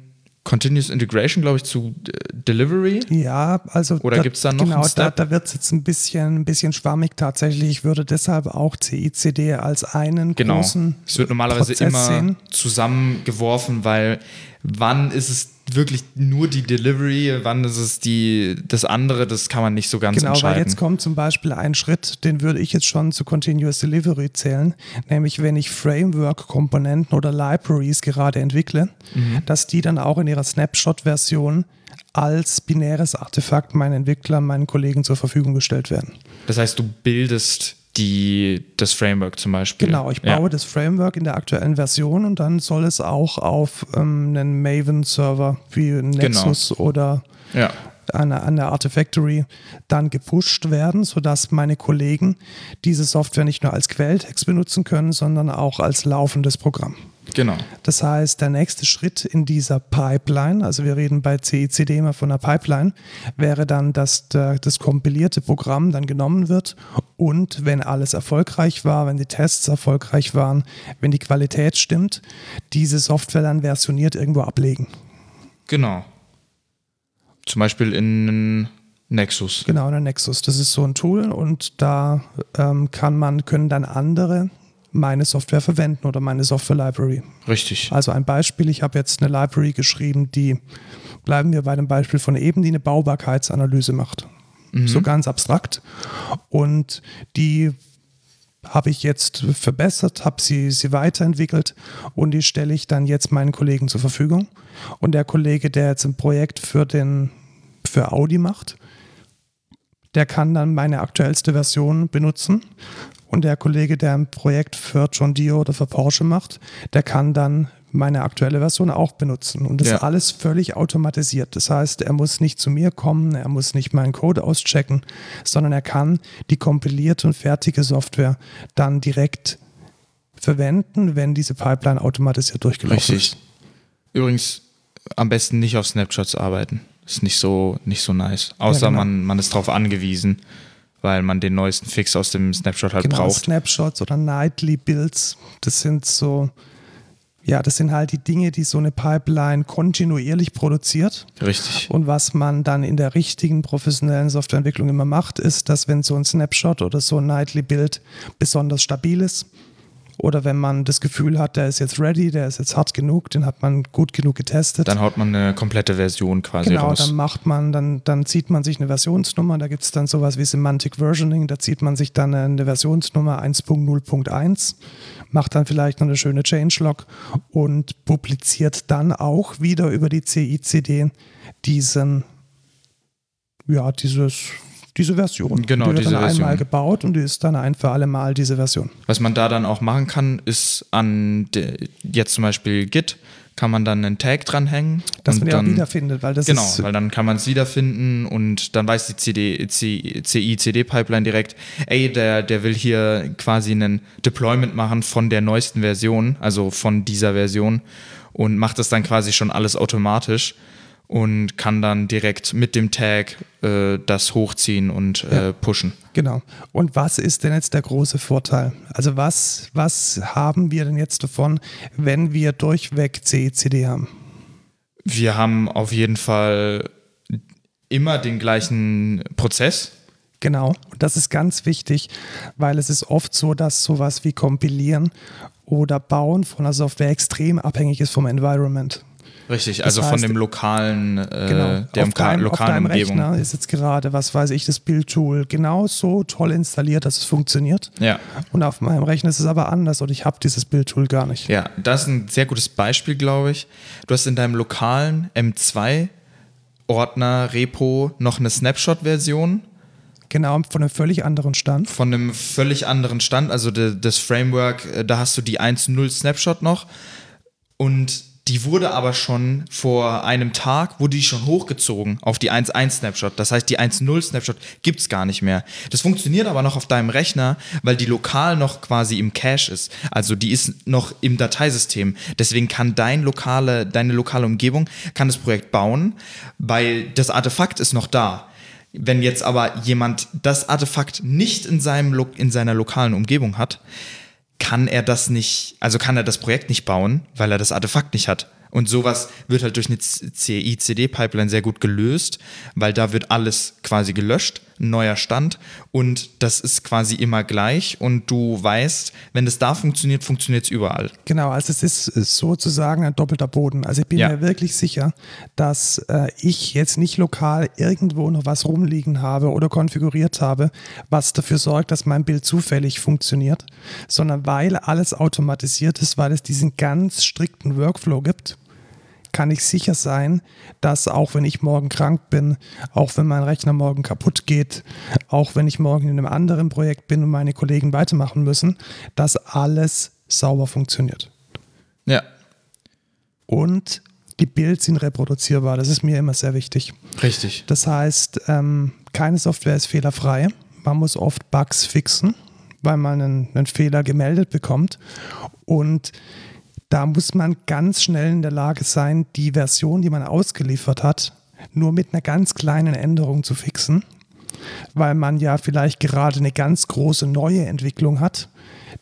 Continuous Integration, glaube ich, zu äh, Delivery. Ja, also Oder gibt's da noch genau, einen Step? da, da wird es jetzt ein bisschen, ein bisschen schwammig tatsächlich. Ich würde deshalb auch CICD als einen Genau. großen Es wird normalerweise Prozess immer sehen. zusammengeworfen, weil wann ist es wirklich nur die Delivery, wann ist es die das andere, das kann man nicht so ganz Genau, weil entscheiden. jetzt kommt zum Beispiel ein Schritt, den würde ich jetzt schon zu Continuous Delivery zählen, nämlich wenn ich Framework-Komponenten oder Libraries gerade entwickle, Mhm. dass die dann auch in ihrer Snapshot-Version als binäres Artefakt meinen Entwicklern, meinen Kollegen zur Verfügung gestellt werden. das heißt, du bildest die das Framework zum Beispiel. Genau, ich Ja. baue das Framework in der aktuellen Version und dann soll es auch auf ähm, einen Maven-Server wie ein Nexus oder Ja. an, der- an der Artifactory dann gepusht werden, sodass meine Kollegen diese Software nicht nur als Quelltext benutzen können, sondern auch als laufendes Programm. Genau. Das heißt, der nächste Schritt in dieser Pipeline, also wir reden bei CICD immer von einer Pipeline, wäre dann, dass der, das kompilierte Programm dann genommen wird und wenn alles erfolgreich war, wenn die Tests erfolgreich waren, wenn die Qualität stimmt, diese Software dann versioniert irgendwo ablegen. Genau. Zum Beispiel in Nexus. Genau, der Nexus. Das ist so ein Tool und da ähm, kann man, können dann andere meine Software verwenden oder meine Software-Library. Richtig. Also ein Beispiel, ich habe jetzt eine Library geschrieben, die, bleiben wir bei dem Beispiel von eben, die eine Baubarkeitsanalyse macht. Mhm. So ganz abstrakt. Und die habe ich jetzt verbessert, habe sie, sie weiterentwickelt und die stelle ich dann jetzt meinen Kollegen zur Verfügung. Und der Kollege, der jetzt ein Projekt für, den, für Audi macht, der kann dann meine aktuellste Version benutzen. Und der Kollege, der ein Projekt für John Deere oder für Porsche macht, der kann dann meine aktuelle Version auch benutzen. Und das Ja. ist alles völlig automatisiert. Das heißt, er muss nicht zu mir kommen, er muss nicht meinen Code auschecken, sondern er kann die kompilierte und fertige Software dann direkt verwenden, wenn diese Pipeline automatisiert durchgelaufen ist. Richtig. Übrigens, am besten nicht auf Snapshots arbeiten. Ist nicht so, nicht so nice. Außer genau. man, man ist drauf angewiesen, weil man den neuesten Fix aus dem Snapshot halt genau, braucht. Snapshots oder Nightly Builds. Das sind so, ja, das sind halt die Dinge, die so eine Pipeline kontinuierlich produziert. Richtig. Und was man dann in der richtigen professionellen Softwareentwicklung immer macht, ist, dass wenn so ein Snapshot oder so ein Nightly Build besonders stabil ist oder wenn man das Gefühl hat, der ist jetzt ready, der ist jetzt hart genug, den hat man gut genug getestet. Dann haut man eine komplette Version quasi Genau, raus. dann macht man, dann, dann zieht man sich eine Versionsnummer, da gibt es dann sowas wie Semantic Versioning, da zieht man sich dann eine Versionsnummer 1.0.1, macht dann vielleicht noch eine schöne Changelog und publiziert dann auch wieder über die CICD diesen, ja, dieses, diese Version. Genau, die wird diese dann einmal Version. gebaut und die ist dann ein für alle Mal diese Version. Was man da dann auch machen kann, ist an de, jetzt zum Beispiel Git, kann man dann einen Tag dranhängen. Dass und man die auch dann, wiederfindet, weil das Genau, ist weil dann kann man es wiederfinden und dann weiß die CD, C- CI-CD-Pipeline direkt, ey, der, der will hier quasi einen Deployment machen von der neuesten Version, also von dieser Version und macht das dann quasi schon alles automatisch und kann dann direkt mit dem Tag äh, das hochziehen und äh, pushen. Genau. Und was ist denn jetzt der große Vorteil? Also was, was haben wir denn jetzt davon, wenn wir durchweg CECD haben? Wir haben auf jeden Fall immer den gleichen Prozess. Genau. Und das ist ganz wichtig, weil es ist oft so, dass sowas wie Kompilieren oder Bauen von also der Software extrem abhängig ist vom Environment. Richtig, Das also von heißt, Genau, dem lokalen, äh, der auf umka- deinem, auf lokalen deinem Umgebung. Rechner ist jetzt gerade, was weiß ich, das Bildtool genau so toll installiert, dass es funktioniert. Ja. Und auf meinem Rechner ist es aber anders und ich habe dieses Bildtool gar nicht. Ja, das ist ein sehr gutes Beispiel, glaube ich. Du hast in deinem lokalen M2-Ordner, Repo noch eine Snapshot-Version Genau, von einem völlig anderen Stand. von einem völlig anderen Stand. Also de, das Framework, äh, da hast du die 1.0 Snapshot noch. Und die wurde aber schon vor einem Tag, wurde die schon hochgezogen auf die 1.1 Snapshot. Das heißt, die 1.0 Snapshot gibt's gar nicht mehr. Das funktioniert aber noch auf deinem Rechner, weil die lokal noch quasi im Cache ist. Also die ist noch im Dateisystem. Deswegen kann dein lokale, deine lokale Umgebung, kann das Projekt bauen, weil das Artefakt ist noch da. Wenn jetzt aber jemand das Artefakt nicht in, seinem, Lo- in seiner lokalen Umgebung hat, kann er das nicht, also kann er das Projekt nicht bauen, weil er das Artefakt nicht hat. Und sowas wird halt durch eine CI-CD-Pipeline sehr gut gelöst, weil da wird alles quasi gelöscht, ein neuer Stand und das ist quasi immer gleich und du weißt, wenn das da funktioniert, funktioniert es überall. Genau, also es ist sozusagen ein doppelter Boden. Also ich bin Ja. mir wirklich sicher, dass äh, ich jetzt nicht lokal irgendwo noch was rumliegen habe oder konfiguriert habe, was dafür sorgt, dass mein Bild zufällig funktioniert, sondern weil alles automatisiert ist, weil es diesen ganz strikten Workflow gibt, kann ich sicher sein, dass auch wenn ich morgen krank bin, auch wenn mein Rechner morgen kaputt geht, auch wenn ich morgen in einem anderen Projekt bin und meine Kollegen weitermachen müssen, dass alles sauber funktioniert. Ja, Und die Builds sind reproduzierbar. Das ist mir immer sehr wichtig. richtig. Das heißt, ähm, keine Software ist fehlerfrei. Man muss oft Bugs fixen, weil man einen, einen Fehler gemeldet bekommt. Und da muss man ganz schnell in der Lage sein, die Version, die man ausgeliefert hat, nur mit einer ganz kleinen Änderung zu fixen, weil man ja vielleicht gerade eine ganz große neue Entwicklung hat,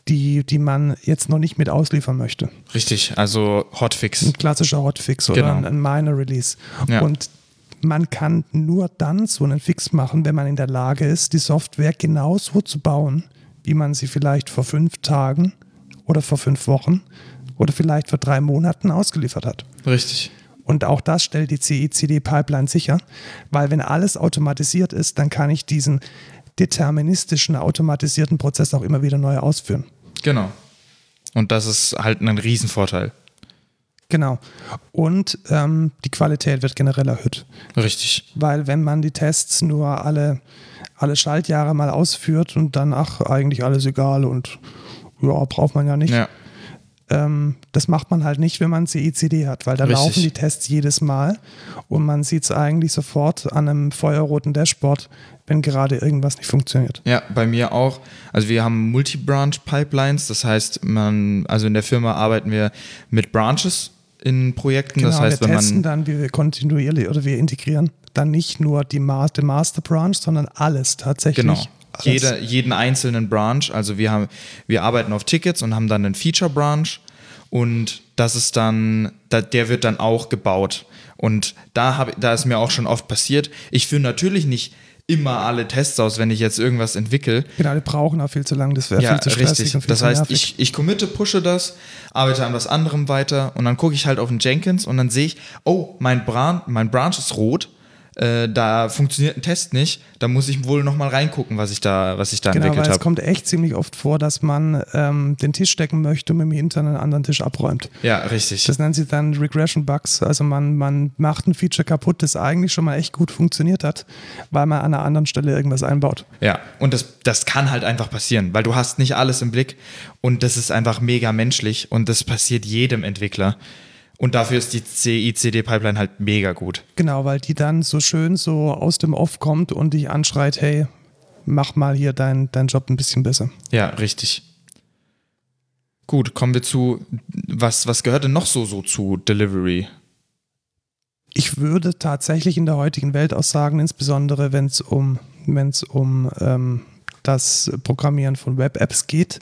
die, die man jetzt noch nicht mit ausliefern möchte Richtig, also Hotfix. ein klassischer Hotfix oder Genau. ein, ein Minor Release. Ja. Und man kann nur dann so einen Fix machen, wenn man in der genau Lage ist, die Software genauso zu bauen, wie man sie vielleicht vor fünf Tagen oder vor fünf Wochen oder vielleicht vor drei Monaten ausgeliefert hat. Richtig. Und auch das stellt die CI-CD-Pipeline sicher, weil wenn alles automatisiert ist, dann kann ich diesen deterministischen, automatisierten Prozess auch immer wieder neu ausführen. Genau. Und das ist halt ein Riesenvorteil. Genau. Und ähm, die Qualität wird generell erhöht. Richtig. Weil wenn man die Tests nur alle, alle Schaltjahre mal ausführt und dann, ach, eigentlich alles egal und ja, braucht man ja nicht. Ja. Ähm, das macht man halt nicht, wenn man CICD hat, weil da Richtig. laufen die Tests jedes Mal und man sieht es eigentlich sofort an einem feuerroten Dashboard, wenn gerade irgendwas nicht funktioniert. Ja, bei mir auch. Also wir haben Multi-Branch-Pipelines, das heißt, man, also in der Firma arbeiten wir mit Branches in Projekten. das heißt, Genau, wir wenn testen man dann, wie wir kontinuierlich oder wir integrieren dann nicht nur die Ma den Master Branch, sondern alles tatsächlich. Genau. Alles. Jeder, jeden einzelnen Branch. Also wir haben, wir arbeiten auf Tickets und haben dann einen Feature Branch und das ist dann, da, der wird dann auch gebaut. Und da habe, da ist mir auch schon oft passiert. Ich führe natürlich nicht immer alle Tests aus, wenn ich jetzt irgendwas entwickle. Genau, die brauchen auch viel zu lang, das wäre viel zu stressig und viel Das zu heißt, nervig. ich, ich committe, pushe das, arbeite an was anderem weiter und dann gucke ich halt auf den Jenkins und dann sehe ich, oh, mein, Bran mein Branch ist rot, äh, da funktioniert ein Test nicht, da muss ich wohl nochmal reingucken, was ich da, was ich da Genau, entwickelt weil es habe. kommt echt ziemlich oft vor, dass man ähm, den Tisch decken möchte und mit dem Hintern einen anderen Tisch abräumt. Ja, richtig. Das nennt sie dann Regression Bugs. Also man, man macht ein Feature kaputt, das eigentlich schon mal echt gut funktioniert hat, weil man an einer anderen Stelle irgendwas einbaut. Ja, und das, das kann halt einfach passieren, weil du hast nicht alles im Blick und das ist einfach mega menschlich und das passiert jedem Entwickler. Und dafür ist die CI-CD-Pipeline halt mega gut. Genau, weil die dann so schön so aus dem Off kommt und dich anschreit, hey, mach mal hier deinen dein Job ein bisschen besser. Ja, richtig. Gut, kommen wir zu, was, was gehört denn noch so, so zu Delivery? Ich würde tatsächlich in der heutigen Welt auch sagen, insbesondere wenn es um, wenn's um ähm, das Programmieren von Web-Apps geht,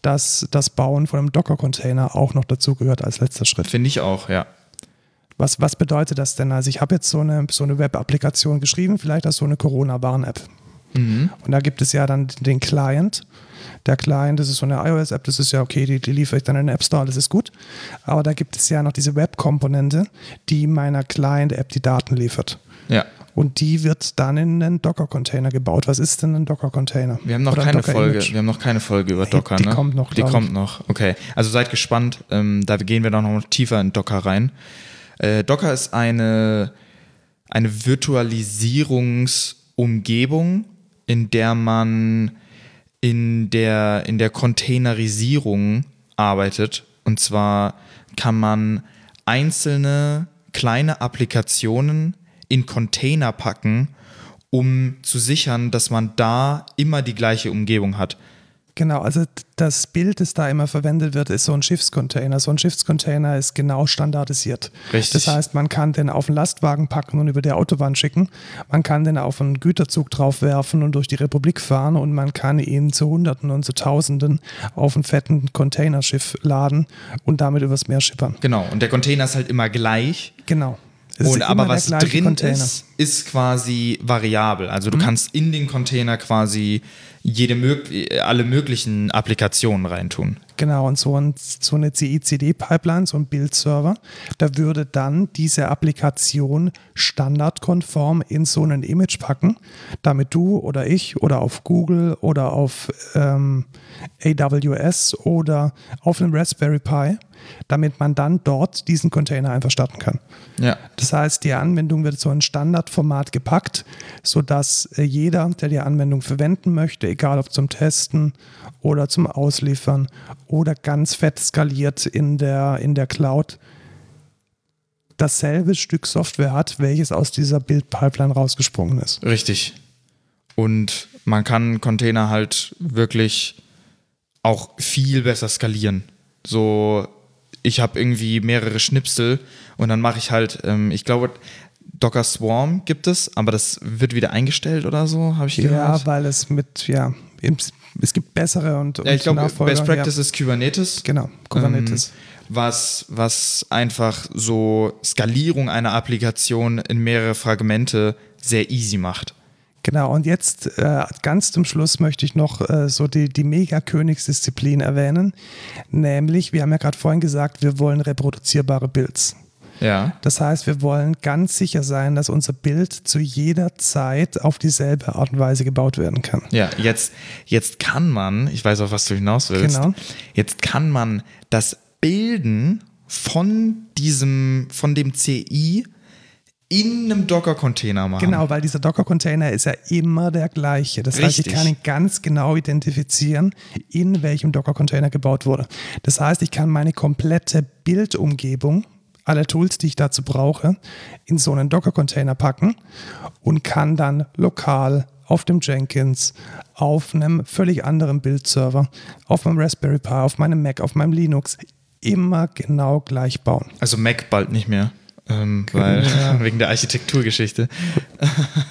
dass das Bauen von einem Docker-Container auch noch dazugehört als letzter Schritt. Finde ich auch, ja. Was, was bedeutet das denn? Also ich habe jetzt so eine, so eine Web-Applikation geschrieben, vielleicht auch so eine Corona-Warn-App. Und da gibt es ja dann den Client. Der Client, das ist so eine iOS-App, das ist ja okay, die, die liefere ich dann in den App Store, das ist gut. Aber da gibt es ja noch diese Web-Komponente, die meiner Client-App die Daten liefert. Ja. Und die wird dann in einen Docker-Container gebaut. Was ist denn ein Docker-Container? Wir haben noch Oder ein keine Folge. Docker-Image? Wir haben noch keine Folge über Docker, die ne? kommt noch, Die glaub ich. kommt noch. Okay. Also seid gespannt. Ähm, da gehen wir dann noch tiefer in Docker rein. Äh, Docker ist eine, eine Virtualisierungsumgebung, in der man in der, in der Containerisierung arbeitet. Und zwar kann man einzelne kleine Applikationen in Container packen, um zu sichern, dass man da immer die gleiche Umgebung hat. Genau, also das Bild, das da immer verwendet wird, ist so ein Schiffscontainer. So ein Schiffscontainer ist genau standardisiert. Richtig. Das heißt, man kann den auf einen Lastwagen packen und über die Autobahn schicken. Man kann den auf einen Güterzug draufwerfen und durch die Republik fahren. Und man kann ihn zu Hunderten und zu Tausenden auf einen fetten Containerschiff laden und damit übers Meer schippern. Genau. Und der Container ist halt immer gleich. Genau. Es Und ist aber immer der was gleiche drin ist, ist quasi variabel. Also du kannst in den Container quasi jede mög äh, alle möglichen Applikationen reintun. Genau, und so, ein, so eine CI-CD-Pipeline, so ein Build-Server, da würde dann diese Applikation standardkonform in so ein Image packen, damit du oder ich oder auf Google oder auf ähm, AWS oder auf einem Raspberry Pi, damit man dann dort diesen Container einfach starten kann. Ja. Das heißt, die Anwendung wird so in Standardformat gepackt, sodass äh, jeder, der die Anwendung verwenden möchte, egal ob zum Testen oder zum Ausliefern oder ganz fett skaliert in der, in der Cloud, dasselbe Stück Software hat, welches aus dieser Build-Pipeline rausgesprungen ist. Richtig. Und man kann Container halt wirklich auch viel besser skalieren. So, ich habe irgendwie mehrere Schnipsel und dann mache ich halt, ähm, ich glaube, Docker Swarm gibt es, aber das wird wieder eingestellt oder so, habe ich gehört. Ja, weil es mit, ja, im- es gibt bessere und, und Ja, ich glaube, Nachfolger, Best Practice ja. ist Kubernetes. Genau, Kubernetes. Ähm, was, was einfach so Skalierung einer Applikation in mehrere Fragmente sehr easy macht. Genau, und jetzt äh, ganz zum Schluss möchte ich noch äh, so die, die Mega-Königsdisziplin erwähnen, nämlich, wir haben ja gerade vorhin gesagt, wir wollen reproduzierbare Builds. Ja. Das heißt, wir wollen ganz sicher sein, dass unser Bild zu jeder Zeit auf dieselbe Art und Weise gebaut werden kann. Ja, jetzt, jetzt kann man, ich weiß auch, was du hinaus willst, Genau. jetzt kann man das Bilden von diesem, von dem CI in einem Docker-Container machen. Genau, weil dieser Docker-Container ist ja immer der gleiche. Das heißt, Richtig. ich kann ihn ganz genau identifizieren, in welchem Docker-Container gebaut wurde. Das heißt, ich kann meine komplette Bildumgebung, alle Tools, die ich dazu brauche, in so einen Docker-Container packen und kann dann lokal auf dem Jenkins, auf einem völlig anderen Bildserver, auf meinem Raspberry Pi, auf meinem Mac, auf meinem Linux immer genau gleich bauen. Also Mac bald nicht mehr. Ähm, weil, Ja. wegen der Architekturgeschichte.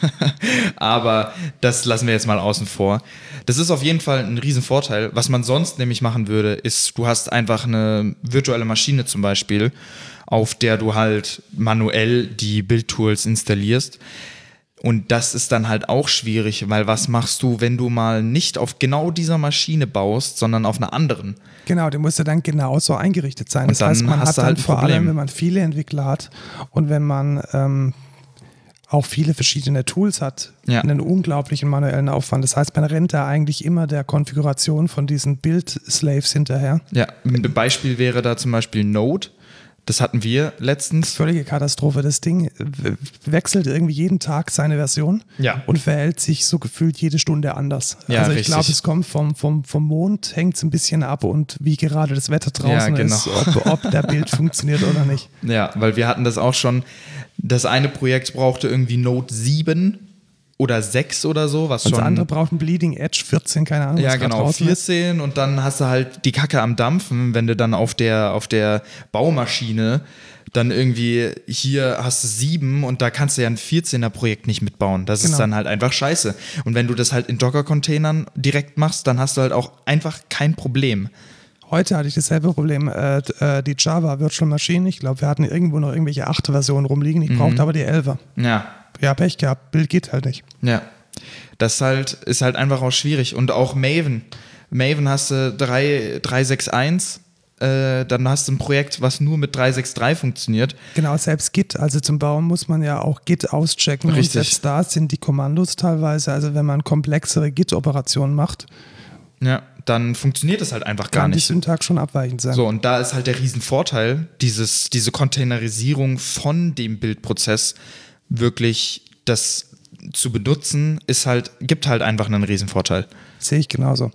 Aber das lassen wir jetzt mal außen vor. Das ist auf jeden Fall ein Riesenvorteil. Was man sonst nämlich machen würde, ist, du hast einfach eine virtuelle Maschine zum Beispiel, auf der du halt manuell die Bildtools installierst. Und das ist dann halt auch schwierig, weil was machst du, wenn du mal nicht auf genau dieser Maschine baust, sondern auf einer anderen? Genau, der muss ja dann genauso eingerichtet sein. Das dann heißt, man hast du hat dann halt ein vor Problem. allem, wenn man viele Entwickler hat und wenn man ähm, auch viele verschiedene Tools hat, Ja. einen unglaublichen manuellen Aufwand. Das heißt, man rennt da eigentlich immer der Konfiguration von diesen Build-Slaves hinterher. Ja, ein Beispiel wäre da zum Beispiel Node. Das hatten wir letztens. Völlige Katastrophe. Das Ding w- wechselt irgendwie jeden Tag seine Version Ja. und verhält sich so gefühlt jede Stunde anders. Ja, also ich richtig. glaube, es kommt vom, vom, vom Mond, hängt es ein bisschen ab und wie gerade das Wetter draußen genau. ist, ob, ob der Bild funktioniert oder nicht. Ja, weil wir hatten das auch schon. Das eine Projekt brauchte irgendwie Node 7 oder 6 oder so, was Und schon. das andere braucht ein Bleeding Edge 14, keine Ahnung. was ja, grad genau, draußen ne? ist. 14 und dann hast du halt die Kacke am Dampfen, wenn du dann auf der, auf der Baumaschine dann irgendwie hier hast du 7 und da kannst du ja ein 14er Projekt nicht mitbauen. Das Genau. ist dann halt einfach scheiße. Und wenn du das halt in Docker-Containern direkt machst, dann hast du halt auch einfach kein Problem. Heute hatte ich dasselbe Problem. Äh, d- äh, die Java Virtual Machine, ich glaube, wir hatten irgendwo noch irgendwelche 8. Versionen rumliegen. Ich Mhm. brauchte aber die 11. Ja, Ja, Pech gehabt. Bild geht halt nicht. Ja. Das halt, ist halt einfach auch schwierig. Und auch Maven. Maven hast du 3, 361, äh, dann hast du ein Projekt, was nur mit 363 funktioniert. Genau, selbst Git, also zum Bauen muss man ja auch Git auschecken. Richtig. Und selbst da sind die Kommandos teilweise, also wenn man komplexere Git-Operationen macht, Ja, dann funktioniert das halt einfach gar kann die nicht. Syntax schon abweichend sein. So, und da ist halt der Riesenvorteil, dieses, diese Containerisierung von dem Bildprozess wirklich das zu benutzen, ist halt, gibt halt einfach einen Riesenvorteil. Sehe ich genauso.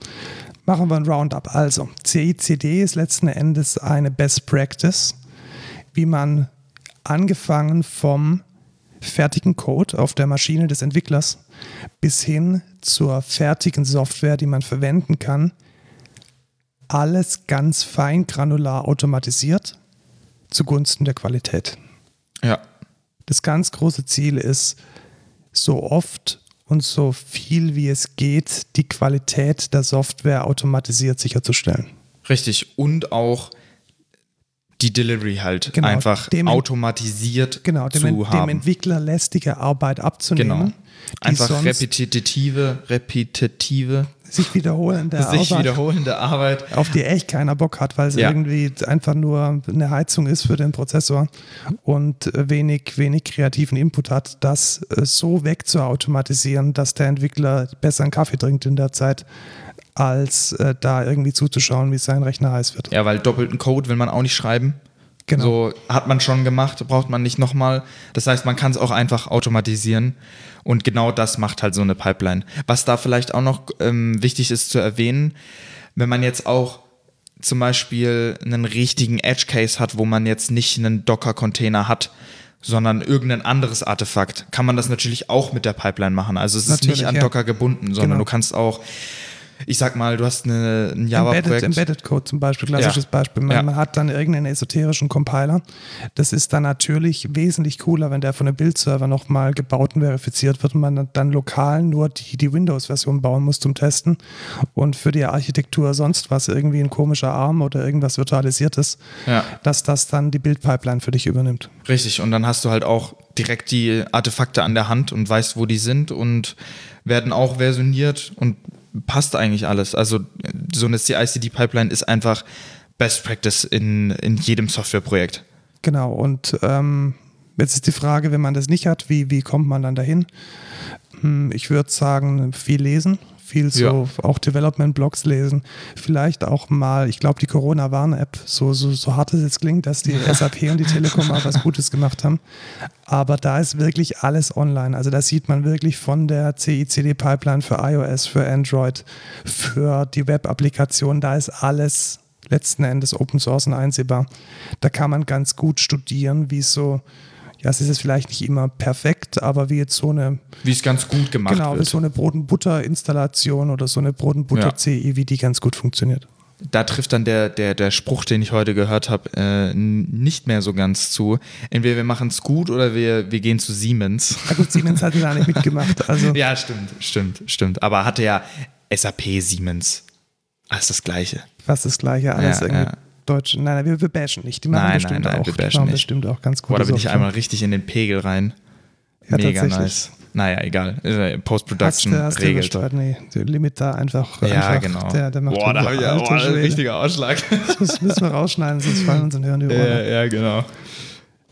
Machen wir ein Roundup. Also, CICD ist letzten Endes eine Best Practice, wie man angefangen vom fertigen Code auf der Maschine des Entwicklers bis hin zur fertigen Software, die man verwenden kann, alles ganz fein granular automatisiert zugunsten der Qualität. Ja. Das ganz große Ziel ist, so oft und so viel wie es geht, die Qualität der Software automatisiert sicherzustellen. Richtig. Und auch die Delivery halt Genau, einfach dem- automatisiert Genau, dem, zu dem haben. Entwickler lästige Arbeit abzunehmen, genau. die Einfach sonst repetitive, repetitive, sich wiederholende sich Arbeit, wiederholende Arbeit. auf die echt keiner Bock hat, weil es Ja. irgendwie einfach nur eine Heizung ist für den Prozessor und wenig, wenig kreativen Input hat, das äh, so wegzuautomatisieren, dass der Entwickler besser einen Kaffee trinkt in der Zeit, als äh, da irgendwie zuzuschauen, wie sein Rechner heiß wird. Ja, weil doppelten Code will man auch nicht schreiben. Genau. So hat man schon gemacht, braucht man nicht nochmal. Das heißt, man kann es auch einfach automatisieren. Und genau das macht halt so eine Pipeline. Was da vielleicht auch noch ähm, wichtig ist zu erwähnen, wenn man jetzt auch zum Beispiel einen richtigen Edge Case hat, wo man jetzt nicht einen Docker-Container hat, sondern irgendein anderes Artefakt, kann man das natürlich auch mit der Pipeline machen. Also es ist Natürlich, nicht an ja. Docker gebunden, sondern Genau. du kannst auch, ich sag mal, du hast eine, ein Java-Projekt. Embedded, Embedded Code zum Beispiel, klassisches Ja. Beispiel. Man, Ja. man hat dann irgendeinen esoterischen Compiler. Das ist dann natürlich wesentlich cooler, wenn der von einem Bildserver nochmal gebaut und verifiziert wird und man dann- dann lokal nur die, die Windows-Version bauen muss zum Testen und für die Architektur sonst was irgendwie ein komischer Arm oder irgendwas Virtualisiertes, Ja. dass das dann die Bildpipeline für dich übernimmt. Richtig, und dann hast du halt auch direkt die Artefakte an der Hand und weißt, wo die sind und werden auch versioniert und passt eigentlich alles. Also so eine CI-CD-Pipeline ist einfach Best Practice in, in jedem Softwareprojekt. Genau, und ähm, jetzt ist die Frage, wenn man das nicht hat, wie, wie kommt man dann dahin? Hm, Ich würde sagen, viel lesen, viel so auch Development-Blogs lesen. Vielleicht auch mal, ich glaube, die Corona-Warn-App, so, so, so hart es jetzt klingt, dass die SAP und die Telekom auch was Gutes gemacht haben. Aber da ist wirklich alles online. Also da sieht man wirklich von der CI-CD-Pipeline für iOS, für Android, für die Web-Applikation, da ist alles letzten Endes Open Source und einsehbar. Da kann man ganz gut studieren, wie so, ja, es ist jetzt vielleicht nicht immer perfekt, aber wie jetzt so eine Wie es ganz gut gemacht genau, wird. so eine Brot- und Butter-Installation oder so eine Brot- und Butter-CI, wie die ganz gut funktioniert. da trifft dann der, der, der Spruch, den ich heute gehört habe, äh, n- nicht mehr so ganz zu. Entweder wir machen es gut oder wir, wir gehen zu Siemens. Na gut, Siemens hatte da nicht mitgemacht. Also ja, stimmt, stimmt, stimmt. Aber hatte ja SAP Siemens. Alles das Gleiche. fast das Gleiche, alles Ja, irgendwie ja. deutsch. Nein, nein, wir, wir bashen nicht. Die machen Nein, bestimmt nein, nein, auch, wir die bashen machen nicht. bestimmt auch ganz gut. Boah, da bin ich einmal richtig in den Pegel rein. Ja, Mega tatsächlich. nice. Naja, egal. Äh, Hast Post-Production du, hast du regelt. übersteuert? Nee, der Limit da einfach. Ja, einfach, genau. Der, der macht boah, da unser habe ich ja alter boah, das ist ein Schwede. richtiger Ausschlag. Das müssen wir rausschneiden, sonst fallen uns und hören die Ohren. ab. ja, ja, genau.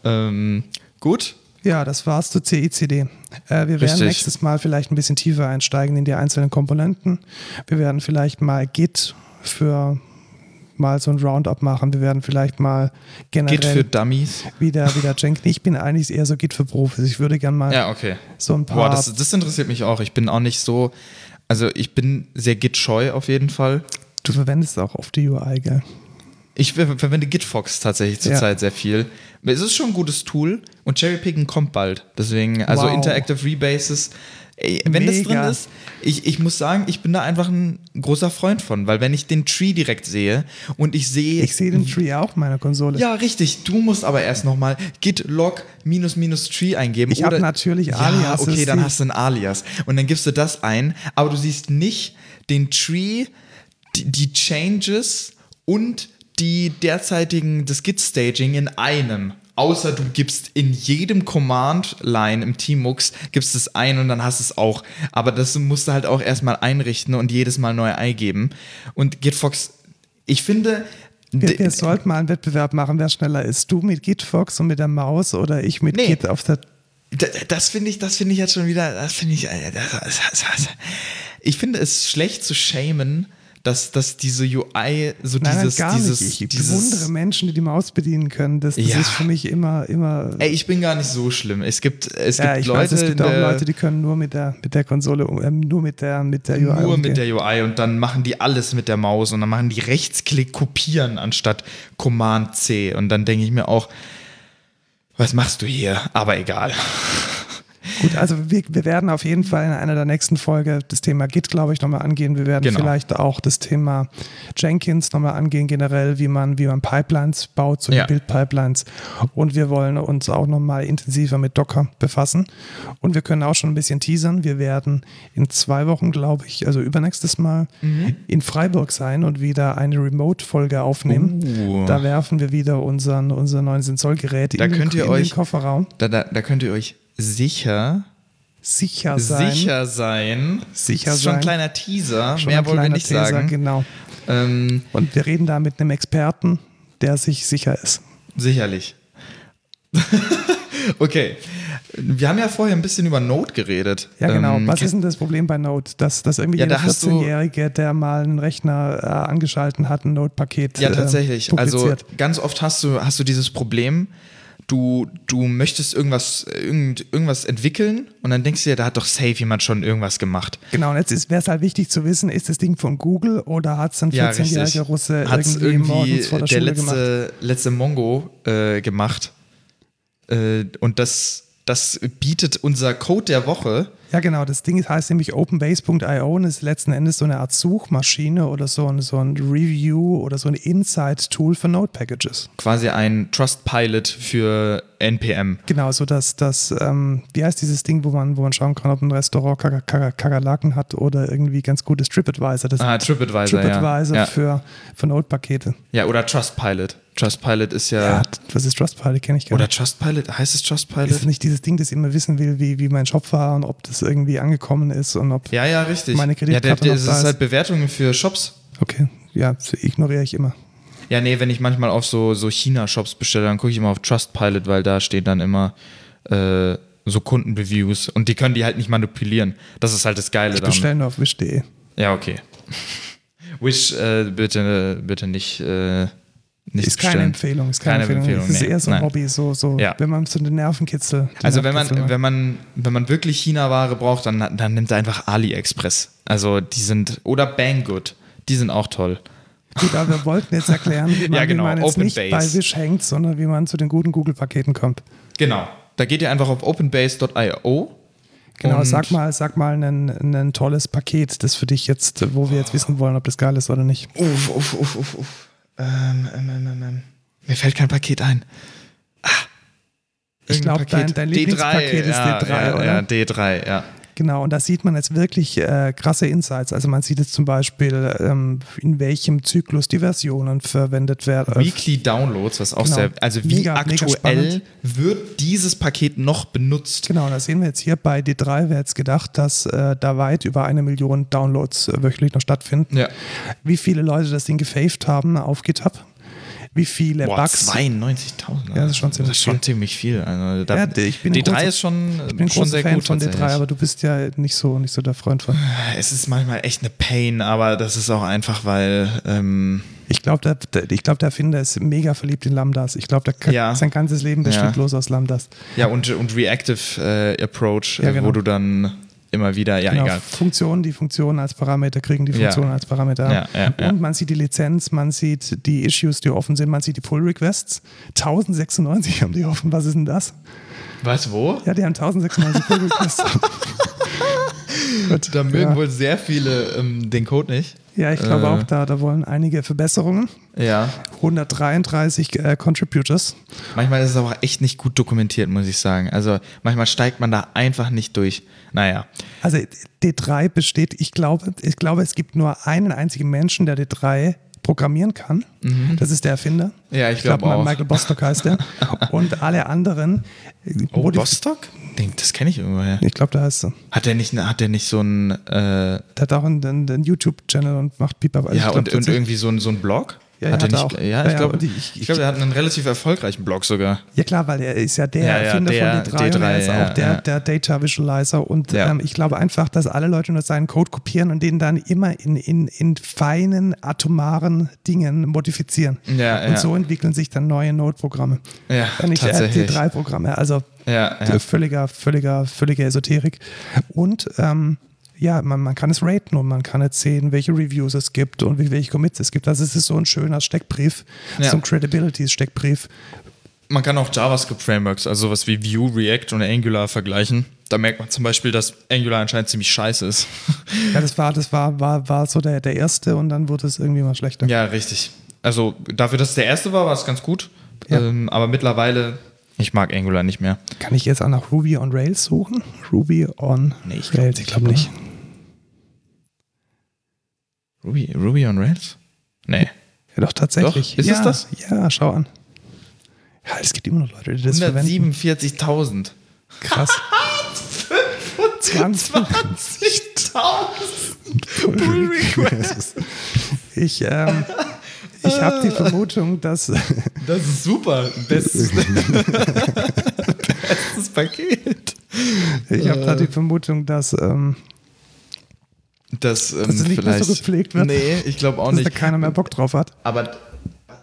Ähm, gut. Ja, das war's zu CICD. Äh, wir werden Richtig. nächstes Mal vielleicht ein bisschen tiefer einsteigen in die einzelnen Komponenten. Wir werden vielleicht mal Git für mal so ein Roundup machen. Wir werden vielleicht mal Geht für generell Dummies. wieder, wieder Jenkins. Ich bin eigentlich eher so Git für Profis. Ich würde gerne mal Ja, okay. so ein Boah, paar das, das interessiert mich auch. Ich bin auch nicht so. Also, ich bin sehr Git-scheu auf jeden Fall. Du verwendest auch oft die UI, gell? Ich ver- verwende Gitfox tatsächlich zurzeit sehr viel. Es ist schon ein gutes Tool und Cherrypicking kommt bald. Deswegen, also Wow. Interactive Rebases, ey, wenn Mega. das drin ist, ich, ich muss sagen, ich bin da einfach ein großer Freund von, weil wenn ich den Tree direkt sehe und ich sehe. Ich sehe den Tree auch auf meiner Konsole. Mhm. ja, richtig. Du musst aber erst nochmal git log minus minus tree eingeben. Ich hab oder- natürlich Alias, Ja, okay, das dann sieht- hast du ein Alias. Und dann gibst du das ein, aber du siehst nicht den Tree, die, die Changes und die derzeitigen, das Git-Staging in einem. Außer du gibst in jedem Command-Line im Tmux, gibst es ein und dann hast du es auch. Aber das musst du halt auch erstmal einrichten und jedes Mal neu eingeben. Und GitFox, ich finde... Wir, wir sollten mal einen Wettbewerb machen, wer schneller ist. Du mit Gitfox und mit der Maus oder ich mit Nee. Git auf der. Da- Das finde ich, das finde ich jetzt schon wieder, das finde ich, äh, das, das, das, das. ich finde es schlecht zu shamen, dass, dass diese UI so Nein, dieses, nein, gar dieses, nicht. Ich bewundere dieses, Menschen, die die Maus bedienen können. Das, das Ja. ist für mich immer, immer. ey, ich bin gar nicht so schlimm. Es gibt, es ja, gibt ich Leute, äh, weiß, es gibt in auch der- Leute, die können nur mit der, mit der Konsole, um- ähm, nur mit der, mit der UI nur umgehen. mit der UI und dann machen die alles mit der Maus und dann machen die Rechtsklick kopieren anstatt Command C und dann denke ich mir auch, was machst du hier? Aber egal. Gut, also wir, wir werden auf jeden Fall in einer der nächsten Folge das Thema Git, glaube ich, nochmal angehen. Wir werden Genau. vielleicht auch das Thema Jenkins nochmal angehen, generell, wie man, wie man Pipelines baut, so Ja. die Build-Pipelines. Und wir wollen uns auch nochmal intensiver mit Docker befassen. Und wir können auch schon ein bisschen teasern. Wir werden in zwei Wochen, glaube ich, also übernächstes Mal Mhm. in Freiburg sein und wieder eine Remote-Folge aufnehmen. Uh. Da werfen wir wieder unseren, unser 19-Zoll-Gerät Da in, den- könnt ihr in euch- den Kofferraum. Da, da, da könnt ihr euch sicher Sicher sein. sicher sein. Sicher das ist schon ein sein. kleiner Teaser. Schon Mehr ein wollen wir kleiner nicht Teaser, sagen. Genau. Ähm, Und wir reden da mit einem Experten, der sich sicher ist. sicherlich. okay. Wir haben ja vorher ein bisschen über Node geredet. Ja, genau. Ähm, Was ke- ist denn das Problem bei Node? Dass, dass irgendwie Ja, jeder da hast du- 14-Jährige, der mal einen Rechner äh, angeschalten hat, ein Node-Paket ja, äh, tatsächlich. also publiziert. ganz oft hast du, hast du dieses Problem, du, du möchtest irgendwas, irgend, irgendwas entwickeln und dann denkst du dir, da hat doch safe jemand schon irgendwas gemacht. Genau, und jetzt wäre es halt wichtig zu wissen, ist das Ding von Google oder hat es ein Ja, richtig. 14-jähriger Russe Hat's irgendwie, morgens vor der, der Schule gemacht? letzte, letzte Mongo äh, gemacht. Äh, und das, das bietet unser Code der Woche. Ja, genau. Das Ding heißt nämlich openbase.io und ist letzten Endes so eine Art Suchmaschine oder so ein, so ein Review oder so ein Insight-Tool für Node-Packages. quasi ein Trustpilot für NPM. Genau, so dass das, ähm, wie heißt dieses Ding, wo man, wo man schauen kann, ob ein Restaurant Kaka- Kaka- Kakerlaken hat oder irgendwie ganz gutes TripAdvisor. Das Ah, TripAdvisor, TripAdvisor ja. Ja. für, für Node-Pakete. ja, oder Trustpilot. Trustpilot ist ja. Ja, was ist Trustpilot? Kenne ich gar Oder nicht. Trustpilot? Heißt es Ist Trustpilot? nicht dieses Ding, das immer wissen will, wie, wie mein Shop war und ob das es irgendwie angekommen ist und ob Ja, ja, richtig. Meine ja, Kreditkarte der, der, noch das da ist ist. halt Bewertungen für Shops. Okay, ja, ignoriere ich immer. Ja, nee, wenn ich manchmal auf so, so China-Shops bestelle, dann gucke ich immer auf Trustpilot, weil da stehen dann immer äh, so Kundenreviews und die können die halt nicht manipulieren. Das ist halt das Geile Ich daran. bestelle nur auf wish.de. Ja, okay. Wish, äh, bitte, bitte nicht, äh, nicht Ist keine bestellen. Empfehlung, ist keine, Empfehlung. Es ist nee. eher so ein Nein. Hobby, so, so Ja. wenn man so den Nervenkitzel. die Also wenn man, Nervenkitzel wenn man, wenn man wirklich China-Ware braucht, dann, dann nimmt einfach AliExpress. Also die sind, oder Banggood, die sind auch toll. Gut, aber wir wollten jetzt erklären, wie man, genau, wie man jetzt Open nicht Base. bei Wish hängt, sondern wie man zu den guten Google-Paketen kommt. Genau. Da geht ihr einfach auf openbase.io. Genau, und- sag mal, sag mal ein, ein tolles Paket, das für dich jetzt, wo wir jetzt wissen wollen, ob das geil ist oder nicht. Uff, uff, uff, uff, uff. Ähm, ähm, ähm, ähm, ähm. Mir fällt kein Paket ein. Ah. Ich glaub, Irgendein dein- Paket. dein D3, Lieblingspaket ist ja, D3, ja, oder? Ja, D3, ja. Genau, und da sieht man jetzt wirklich äh, krasse Insights. Also man sieht jetzt zum Beispiel, ähm, in welchem Zyklus die Versionen verwendet werden. Äh, Weekly Downloads, was auch Genau. sehr, also wie Mega, mega aktuell spannend. wird dieses Paket noch benutzt? Genau, das sehen wir jetzt hier bei D3, wer jetzt gedacht, dass äh, da weit über eine Million Downloads äh, wöchentlich noch stattfinden. Ja. Wie viele Leute das Ding gefaved haben auf GitHub? Wie viele Boah, Bugs? 92.000. Ja, das ist schon ziemlich das ist schon ziemlich viel. Also, da, Ja, ich bin ein D3 großer- ist schon, Ich bin ein schon großer sehr Fan gut von D3, tatsächlich. aber du bist ja nicht so, nicht so der Freund von. Es ist manchmal echt eine Pain, aber das ist auch einfach, weil ähm, Ich glaube, der, der, ich glaub, der Erfinder ist mega verliebt in Lambdas. Ich glaube, Ja. sein ganzes Leben bestimmt Ja. bloß aus Lambdas. ja und, und Reactive äh, Approach, Ja, äh, genau. wo du dann immer wieder, ja, Genau. egal. Funktionen, die Funktionen als Parameter kriegen, die Ja. Funktionen als Parameter. Ja, ja, ja. Und man sieht die Lizenz, man sieht die Issues, die offen sind, man sieht die Pull-Requests. 1096 haben die offen. Was ist denn das? Was, wo? Ja, die haben 1096 Pull-Requests. Gut, Da mögen ja. wohl sehr viele ähm, den Code nicht. ja, ich glaube Äh. auch, da, da wollen einige Verbesserungen. Ja. 133 äh, Contributors. Manchmal ist es aber auch echt nicht gut dokumentiert, muss ich sagen. Also manchmal steigt man da einfach nicht durch. Naja. Also D3 besteht, ich glaube, ich glaube, es gibt nur einen einzigen Menschen, der D3 programmieren kann. Das ist der Erfinder. Mhm. Ja, ich glaub, glaub auch. Michael Bostock heißt er. Und alle anderen. Oh, Modif- Den, das kenne ich irgendwoher. Ich glaube, da heißt er. Hat der nicht, ne, hat der nicht so ein äh, Der hat auch einen, einen, einen YouTube-Channel und macht Pipa. Also ich ja glaub, und, und tatsächlich- irgendwie so ein, so ein Blog? Ja, hat ja, er hat nicht, er auch. ja, Ja, ich ja, glaube, und ich- ich glaube, er hat einen relativ erfolgreichen Blog sogar. Ja klar, weil er ist ja der Ja, ja, Erfinder der von D3, und D3, er ist ja, auch der, ja. der Data Visualizer und Ja. ähm, ich glaube einfach, dass alle Leute nur seinen Code kopieren und den dann immer in, in, in feinen atomaren Dingen modifizieren. Ja, und ja. so entwickeln sich dann neue Node-Programme. Ja, Äh, Nicht äh, tatsächlich. D3-Programme, also Ja, ja. völliger, völliger, völlige Esoterik. Und ähm, ja, man, man kann es raten und man kann jetzt sehen, welche Reviews es gibt und wie- welche Commits es gibt. Also es ist so ein schöner Steckbrief, Ja. so ein Credibility-Steckbrief. Man kann auch JavaScript-Frameworks, also sowas wie Vue, React und Angular vergleichen. Da merkt man zum Beispiel, dass Angular anscheinend ziemlich scheiße ist. Ja, das war, das war, war, war so der, der erste und dann wurde es irgendwie mal schlechter. Ja, richtig. Also dafür, dass es der erste war, war es ganz gut. Ja. Ähm, aber mittlerweile, ich mag Angular nicht mehr. Kann ich jetzt auch nach Ruby on Rails suchen? Ruby on Nee, ich glaub Rails, ich glaube nicht. Ruby, Ruby on Rails? Nee. Ja, doch, tatsächlich. Doch, ist ja, es das? Ja, schau an. Ja, es gibt immer noch Leute, die das verwenden. 147.000. Krass. 20. 20.000 Pull Requests. Ich, ähm, ich habe die Vermutung, dass Das ist super. Bestes, bestes Paket. ich habe da die Vermutung, dass ähm, Das, ähm, es nicht mehr so vielleicht. gepflegt wird. Nee, ich glaube auch dass da nicht. keiner mehr Bock drauf hat. Aber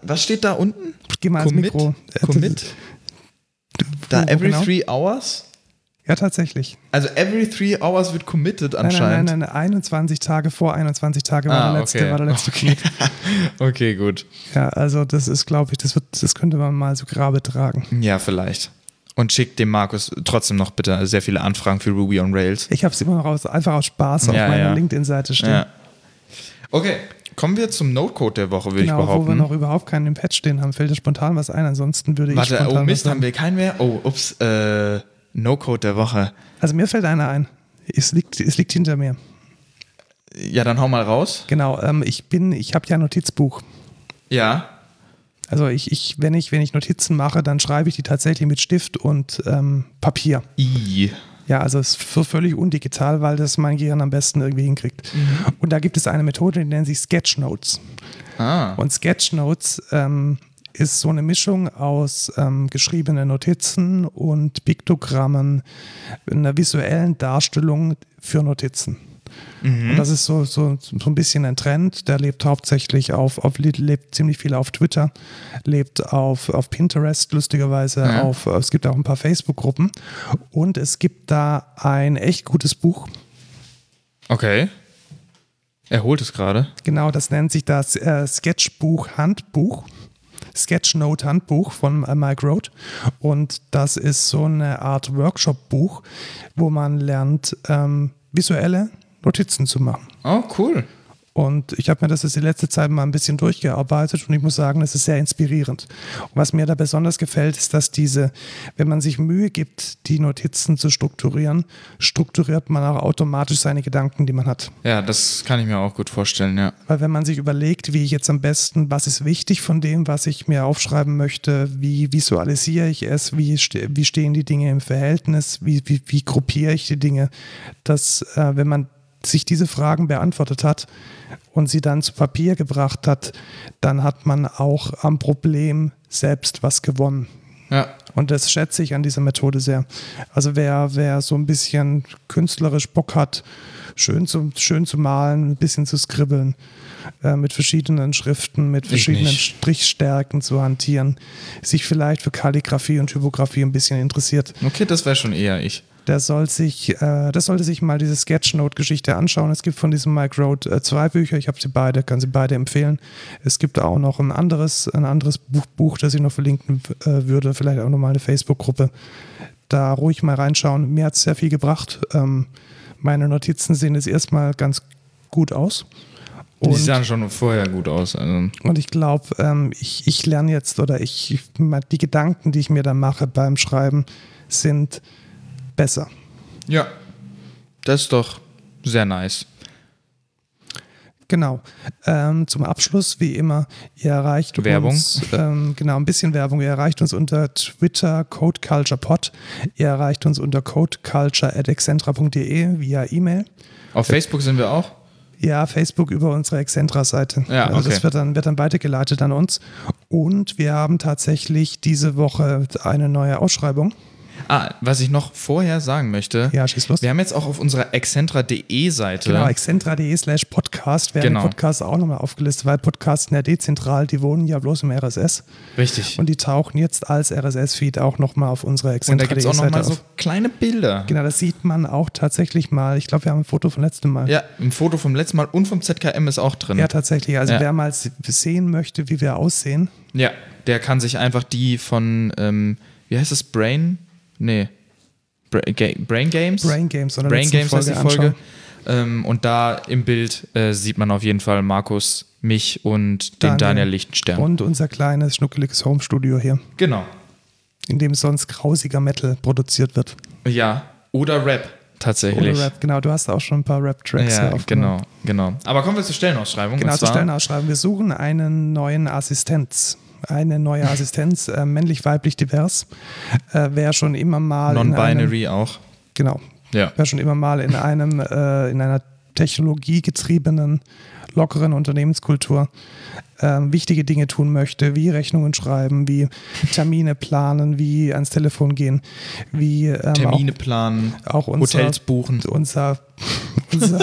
was steht da unten? Geh mal ans Mikro. Äh, Commit? Da Wo every genau? three hours? Ja, tatsächlich. Also every three hours wird committed Nein, nein, anscheinend. nein, nein, 21 Tage vor 21 Tage war Ah, der letzte, okay. war der letzte Okay. Commit. okay, gut. Ja, also das ist, glaube ich, das, wird, das könnte man mal so Grabe tragen. Ja, vielleicht. Und schickt dem Markus trotzdem noch bitte sehr viele Anfragen für Ruby on Rails. Ich habe es immer noch aus, einfach aus Spaß auf Ja, meiner ja. LinkedIn-Seite stehen. Ja. Okay, kommen wir zum Node-Code der Woche, würde ich Genau, wo wir behaupten. noch überhaupt keinen im Patch stehen haben, fällt dir spontan was ein. Ansonsten würde ich Warte, oh spontan was Mist, sagen. haben wir keinen mehr? Oh, ups, äh, No-Code der Woche. Also mir fällt einer ein. Es liegt, es liegt hinter mir. Ja, dann hau mal raus. Genau, ähm, ich bin, ich habe ja ein Notizbuch. Ja. Also ich, ich, wenn ich, wenn ich Notizen mache, dann schreibe ich die tatsächlich mit Stift und ähm, Papier. I. Ja, also es ist so völlig undigital, weil das mein Gehirn am besten irgendwie hinkriegt. Und da gibt es eine Methode, die nennt sich Sketchnotes. Ah. Und Sketchnotes ähm, ist so eine Mischung aus ähm, geschriebenen Notizen und Piktogrammen, einer visuellen Darstellung für Notizen. Und das ist so, so, so ein bisschen ein Trend. Der lebt hauptsächlich auf, auf lebt ziemlich viel auf Twitter, lebt auf, auf Pinterest, lustigerweise. Ja. Auf, es gibt auch ein paar Facebook-Gruppen. Und es gibt da ein echt gutes Buch. Okay. Er holt es gerade. Genau, das nennt sich das äh, Sketchbuch-Handbuch. Sketchnote-Handbuch von äh, Mike Roth. Und das ist so eine Art Workshop-Buch, wo man lernt, ähm, visuelle Notizen zu machen. Oh, cool. Und ich habe mir das jetzt die letzte Zeit mal ein bisschen durchgearbeitet und ich muss sagen, das ist sehr inspirierend. Und was mir da besonders gefällt, ist, dass diese, wenn man sich Mühe gibt, die Notizen zu strukturieren, strukturiert man auch automatisch seine Gedanken, die man hat. Ja, das kann ich mir auch gut vorstellen, ja. Weil wenn man sich überlegt, wie ich jetzt am besten, was ist wichtig von dem, was ich mir aufschreiben möchte, wie visualisiere ich es, wie, ste wie stehen die Dinge im Verhältnis, wie, wie, wie gruppiere ich die Dinge, dass äh, wenn man sich diese Fragen beantwortet hat und sie dann zu Papier gebracht hat, dann hat man auch am Problem selbst was gewonnen. Ja. Und das schätze ich an dieser Methode sehr. Also wer, wer so ein bisschen künstlerisch Bock hat, schön zu, schön zu malen, ein bisschen zu skribbeln, äh, mit verschiedenen Schriften, mit verschiedenen nicht. Strichstärken zu hantieren, sich vielleicht für Kalligrafie und Typografie ein bisschen interessiert, Okay, das wäre schon eher ich. der soll sich, äh, das sollte sich mal diese Sketchnote-Geschichte anschauen. Es gibt von diesem Mike Roth äh, zwei Bücher. Ich habe sie beide, kann sie beide empfehlen. Es gibt auch noch ein anderes, ein anderes Buch, Buch das ich noch verlinken äh, würde, vielleicht auch nochmal eine Facebook-Gruppe. Da ruhig mal reinschauen. Mir hat es sehr viel gebracht. Ähm, meine Notizen sehen jetzt erstmal ganz gut aus. Die Und- sahen schon vorher gut aus. Also. und ich glaube, ähm, ich, ich lerne jetzt oder ich, ich die Gedanken, die ich mir da mache beim Schreiben, sind besser. Ja. Das ist doch sehr nice. Genau. Ähm, zum Abschluss, wie immer, ihr erreicht Werbung. uns. Ähm, genau, ein bisschen Werbung. Ihr erreicht uns unter Twitter CodeCulturePod. Ihr erreicht uns unter codeculture.excentra.de via E-Mail. Auf Facebook sind wir auch. Ja, Facebook über unsere Excentra-Seite. Ja, also okay. das wird dann, wird dann weitergeleitet an uns. Und wir haben tatsächlich diese Woche eine neue Ausschreibung. Ah, was ich noch vorher sagen möchte. Ja, schieß los. Wir haben jetzt auch auf unserer excentra.de Seite. Genau, excentra.de slash Podcast werden Genau. die Podcasts auch nochmal aufgelistet, weil Podcasts sind ja dezentral, die wohnen ja bloß im RSS. Richtig. Und die tauchen jetzt als RSS-Feed auch nochmal auf unserer Und da gibt es auch Excentra.de-Seite nochmal auf. so kleine Bilder. Genau, das sieht man auch tatsächlich mal. Ich glaube, wir haben ein Foto vom letzten Mal. Ja, ein Foto vom letzten Mal und vom ZKM ist auch drin. Ja, tatsächlich. Also Ja. wer mal se- sehen möchte, wie wir aussehen, Ja, der kann sich einfach die von, ähm, wie heißt es, Brain? Nee. Bra Ga Brain Games? Brain Games oder Brain Games heißt die Folge. anschauen. Ähm, und da im Bild äh, sieht man auf jeden Fall Markus, mich und den Daniel. Daniel, Lichtenstern. Und unser kleines, schnuckeliges Homestudio hier, genau. in dem sonst grausiger Metal produziert wird. Ja. Oder Rap Ohne tatsächlich. Rap, genau. Du hast auch schon ein paar Rap-Tracks Ja, hier aufgenommen. genau, genau. Aber kommen wir zur Stellenausschreibung. Genau, und zur zwar, Stellenausschreibung. Wir suchen einen neuen Assistenz. Eine neue Assistenz, äh, männlich, weiblich, divers. Äh, wer schon immer mal. in einem- Non-binary auch. Genau. Ja. Wer schon immer mal in einem, äh, in einer technologiegetriebenen, lockeren Unternehmenskultur ähm, wichtige Dinge tun möchte, wie Rechnungen schreiben, wie Termine planen, wie ans Telefon gehen, wie ähm, Termine planen, auch, auch unser, Hotels buchen. unser, unser,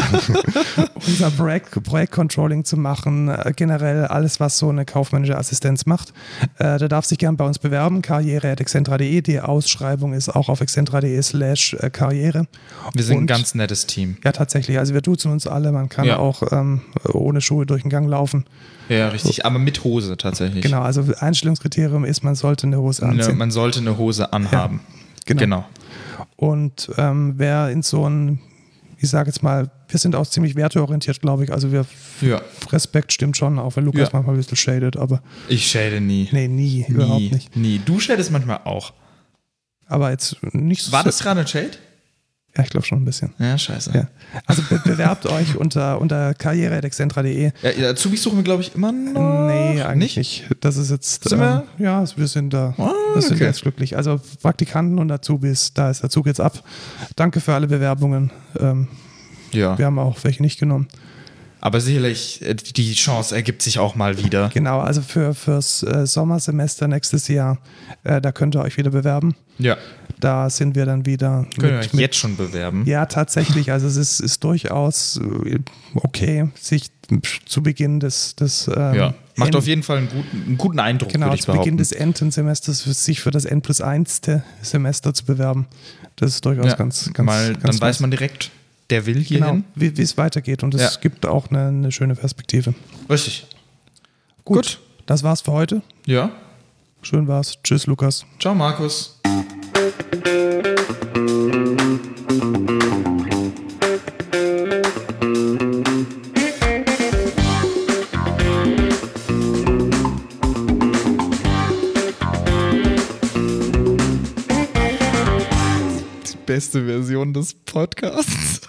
unser Projekt, Projektcontrolling zu machen, äh, generell alles, was so eine kaufmännische Assistenz macht. Äh, da darf sich gern bei uns bewerben, karriere.excentra.de. Die Ausschreibung ist auch auf excentra.de slash äh, karriere. Wir sind ein Und- ganz nettes Team. Ja, tatsächlich. Also wir duzen uns alle. Man kann Ja. auch ähm, ohne Schuhe durch den Gang laufen. Ja, richtig. Aber mit Hose tatsächlich. Genau, also Einstellungskriterium ist, man sollte eine Hose Eine- anziehen. man sollte eine Hose anhaben. genau. genau. Und ähm, wer in so ein, ich sage jetzt mal, wir sind auch ziemlich werteorientiert, glaube ich. Also wir Ja. Respekt stimmt schon, auch wenn Lukas Ja. manchmal ein bisschen shaded, aber Ich schäde nie. nee, nie, überhaupt nicht. nie. Du schädest manchmal auch. Aber jetzt nicht War so. das gerade ein Shade? Ja, ich glaube schon ein bisschen. Ja, scheiße. Ja. Also be bewerbt euch unter, unter karriere.excentra.de. Ja, ja, Azubis suchen wir, glaube ich, immer noch. Nee, eigentlich nicht. Das ist jetzt. Sind wir- ähm, ja, wir sind da. Ah, das sind okay. wir jetzt glücklich. Also Praktikanten und Azubis, da ist der Zug jetzt ab. Danke für alle Bewerbungen. Ähm, Ja. Wir haben auch welche nicht genommen. Aber sicherlich, äh, die Chance ergibt sich auch mal wieder. Genau, also für, fürs äh, Sommersemester nächstes Jahr, äh, da könnt ihr euch wieder bewerben. Ja. Da sind wir dann wieder Können wir mit, euch jetzt schon bewerben. Ja, tatsächlich. Also es ist, ist durchaus äh, okay, sich zu Beginn des, des ähm, Ja. Macht End- auf jeden Fall einen guten, einen guten Eindruck, genau, würde ich zu behaupten. Beginn des Entensemesters für sich für das N plus 1. Semester zu bewerben. Das ist durchaus ja. ganz, ganz, mal, ganz dann weiß man direkt, der will hier genau, hin. wie wie es weitergeht. Und es Ja. gibt auch eine, eine schöne Perspektive. Richtig. Gut. Das war's für heute. Ja. Schön war's. Tschüss, Lukas. Ciao, Markus. Die beste Version des Podcasts.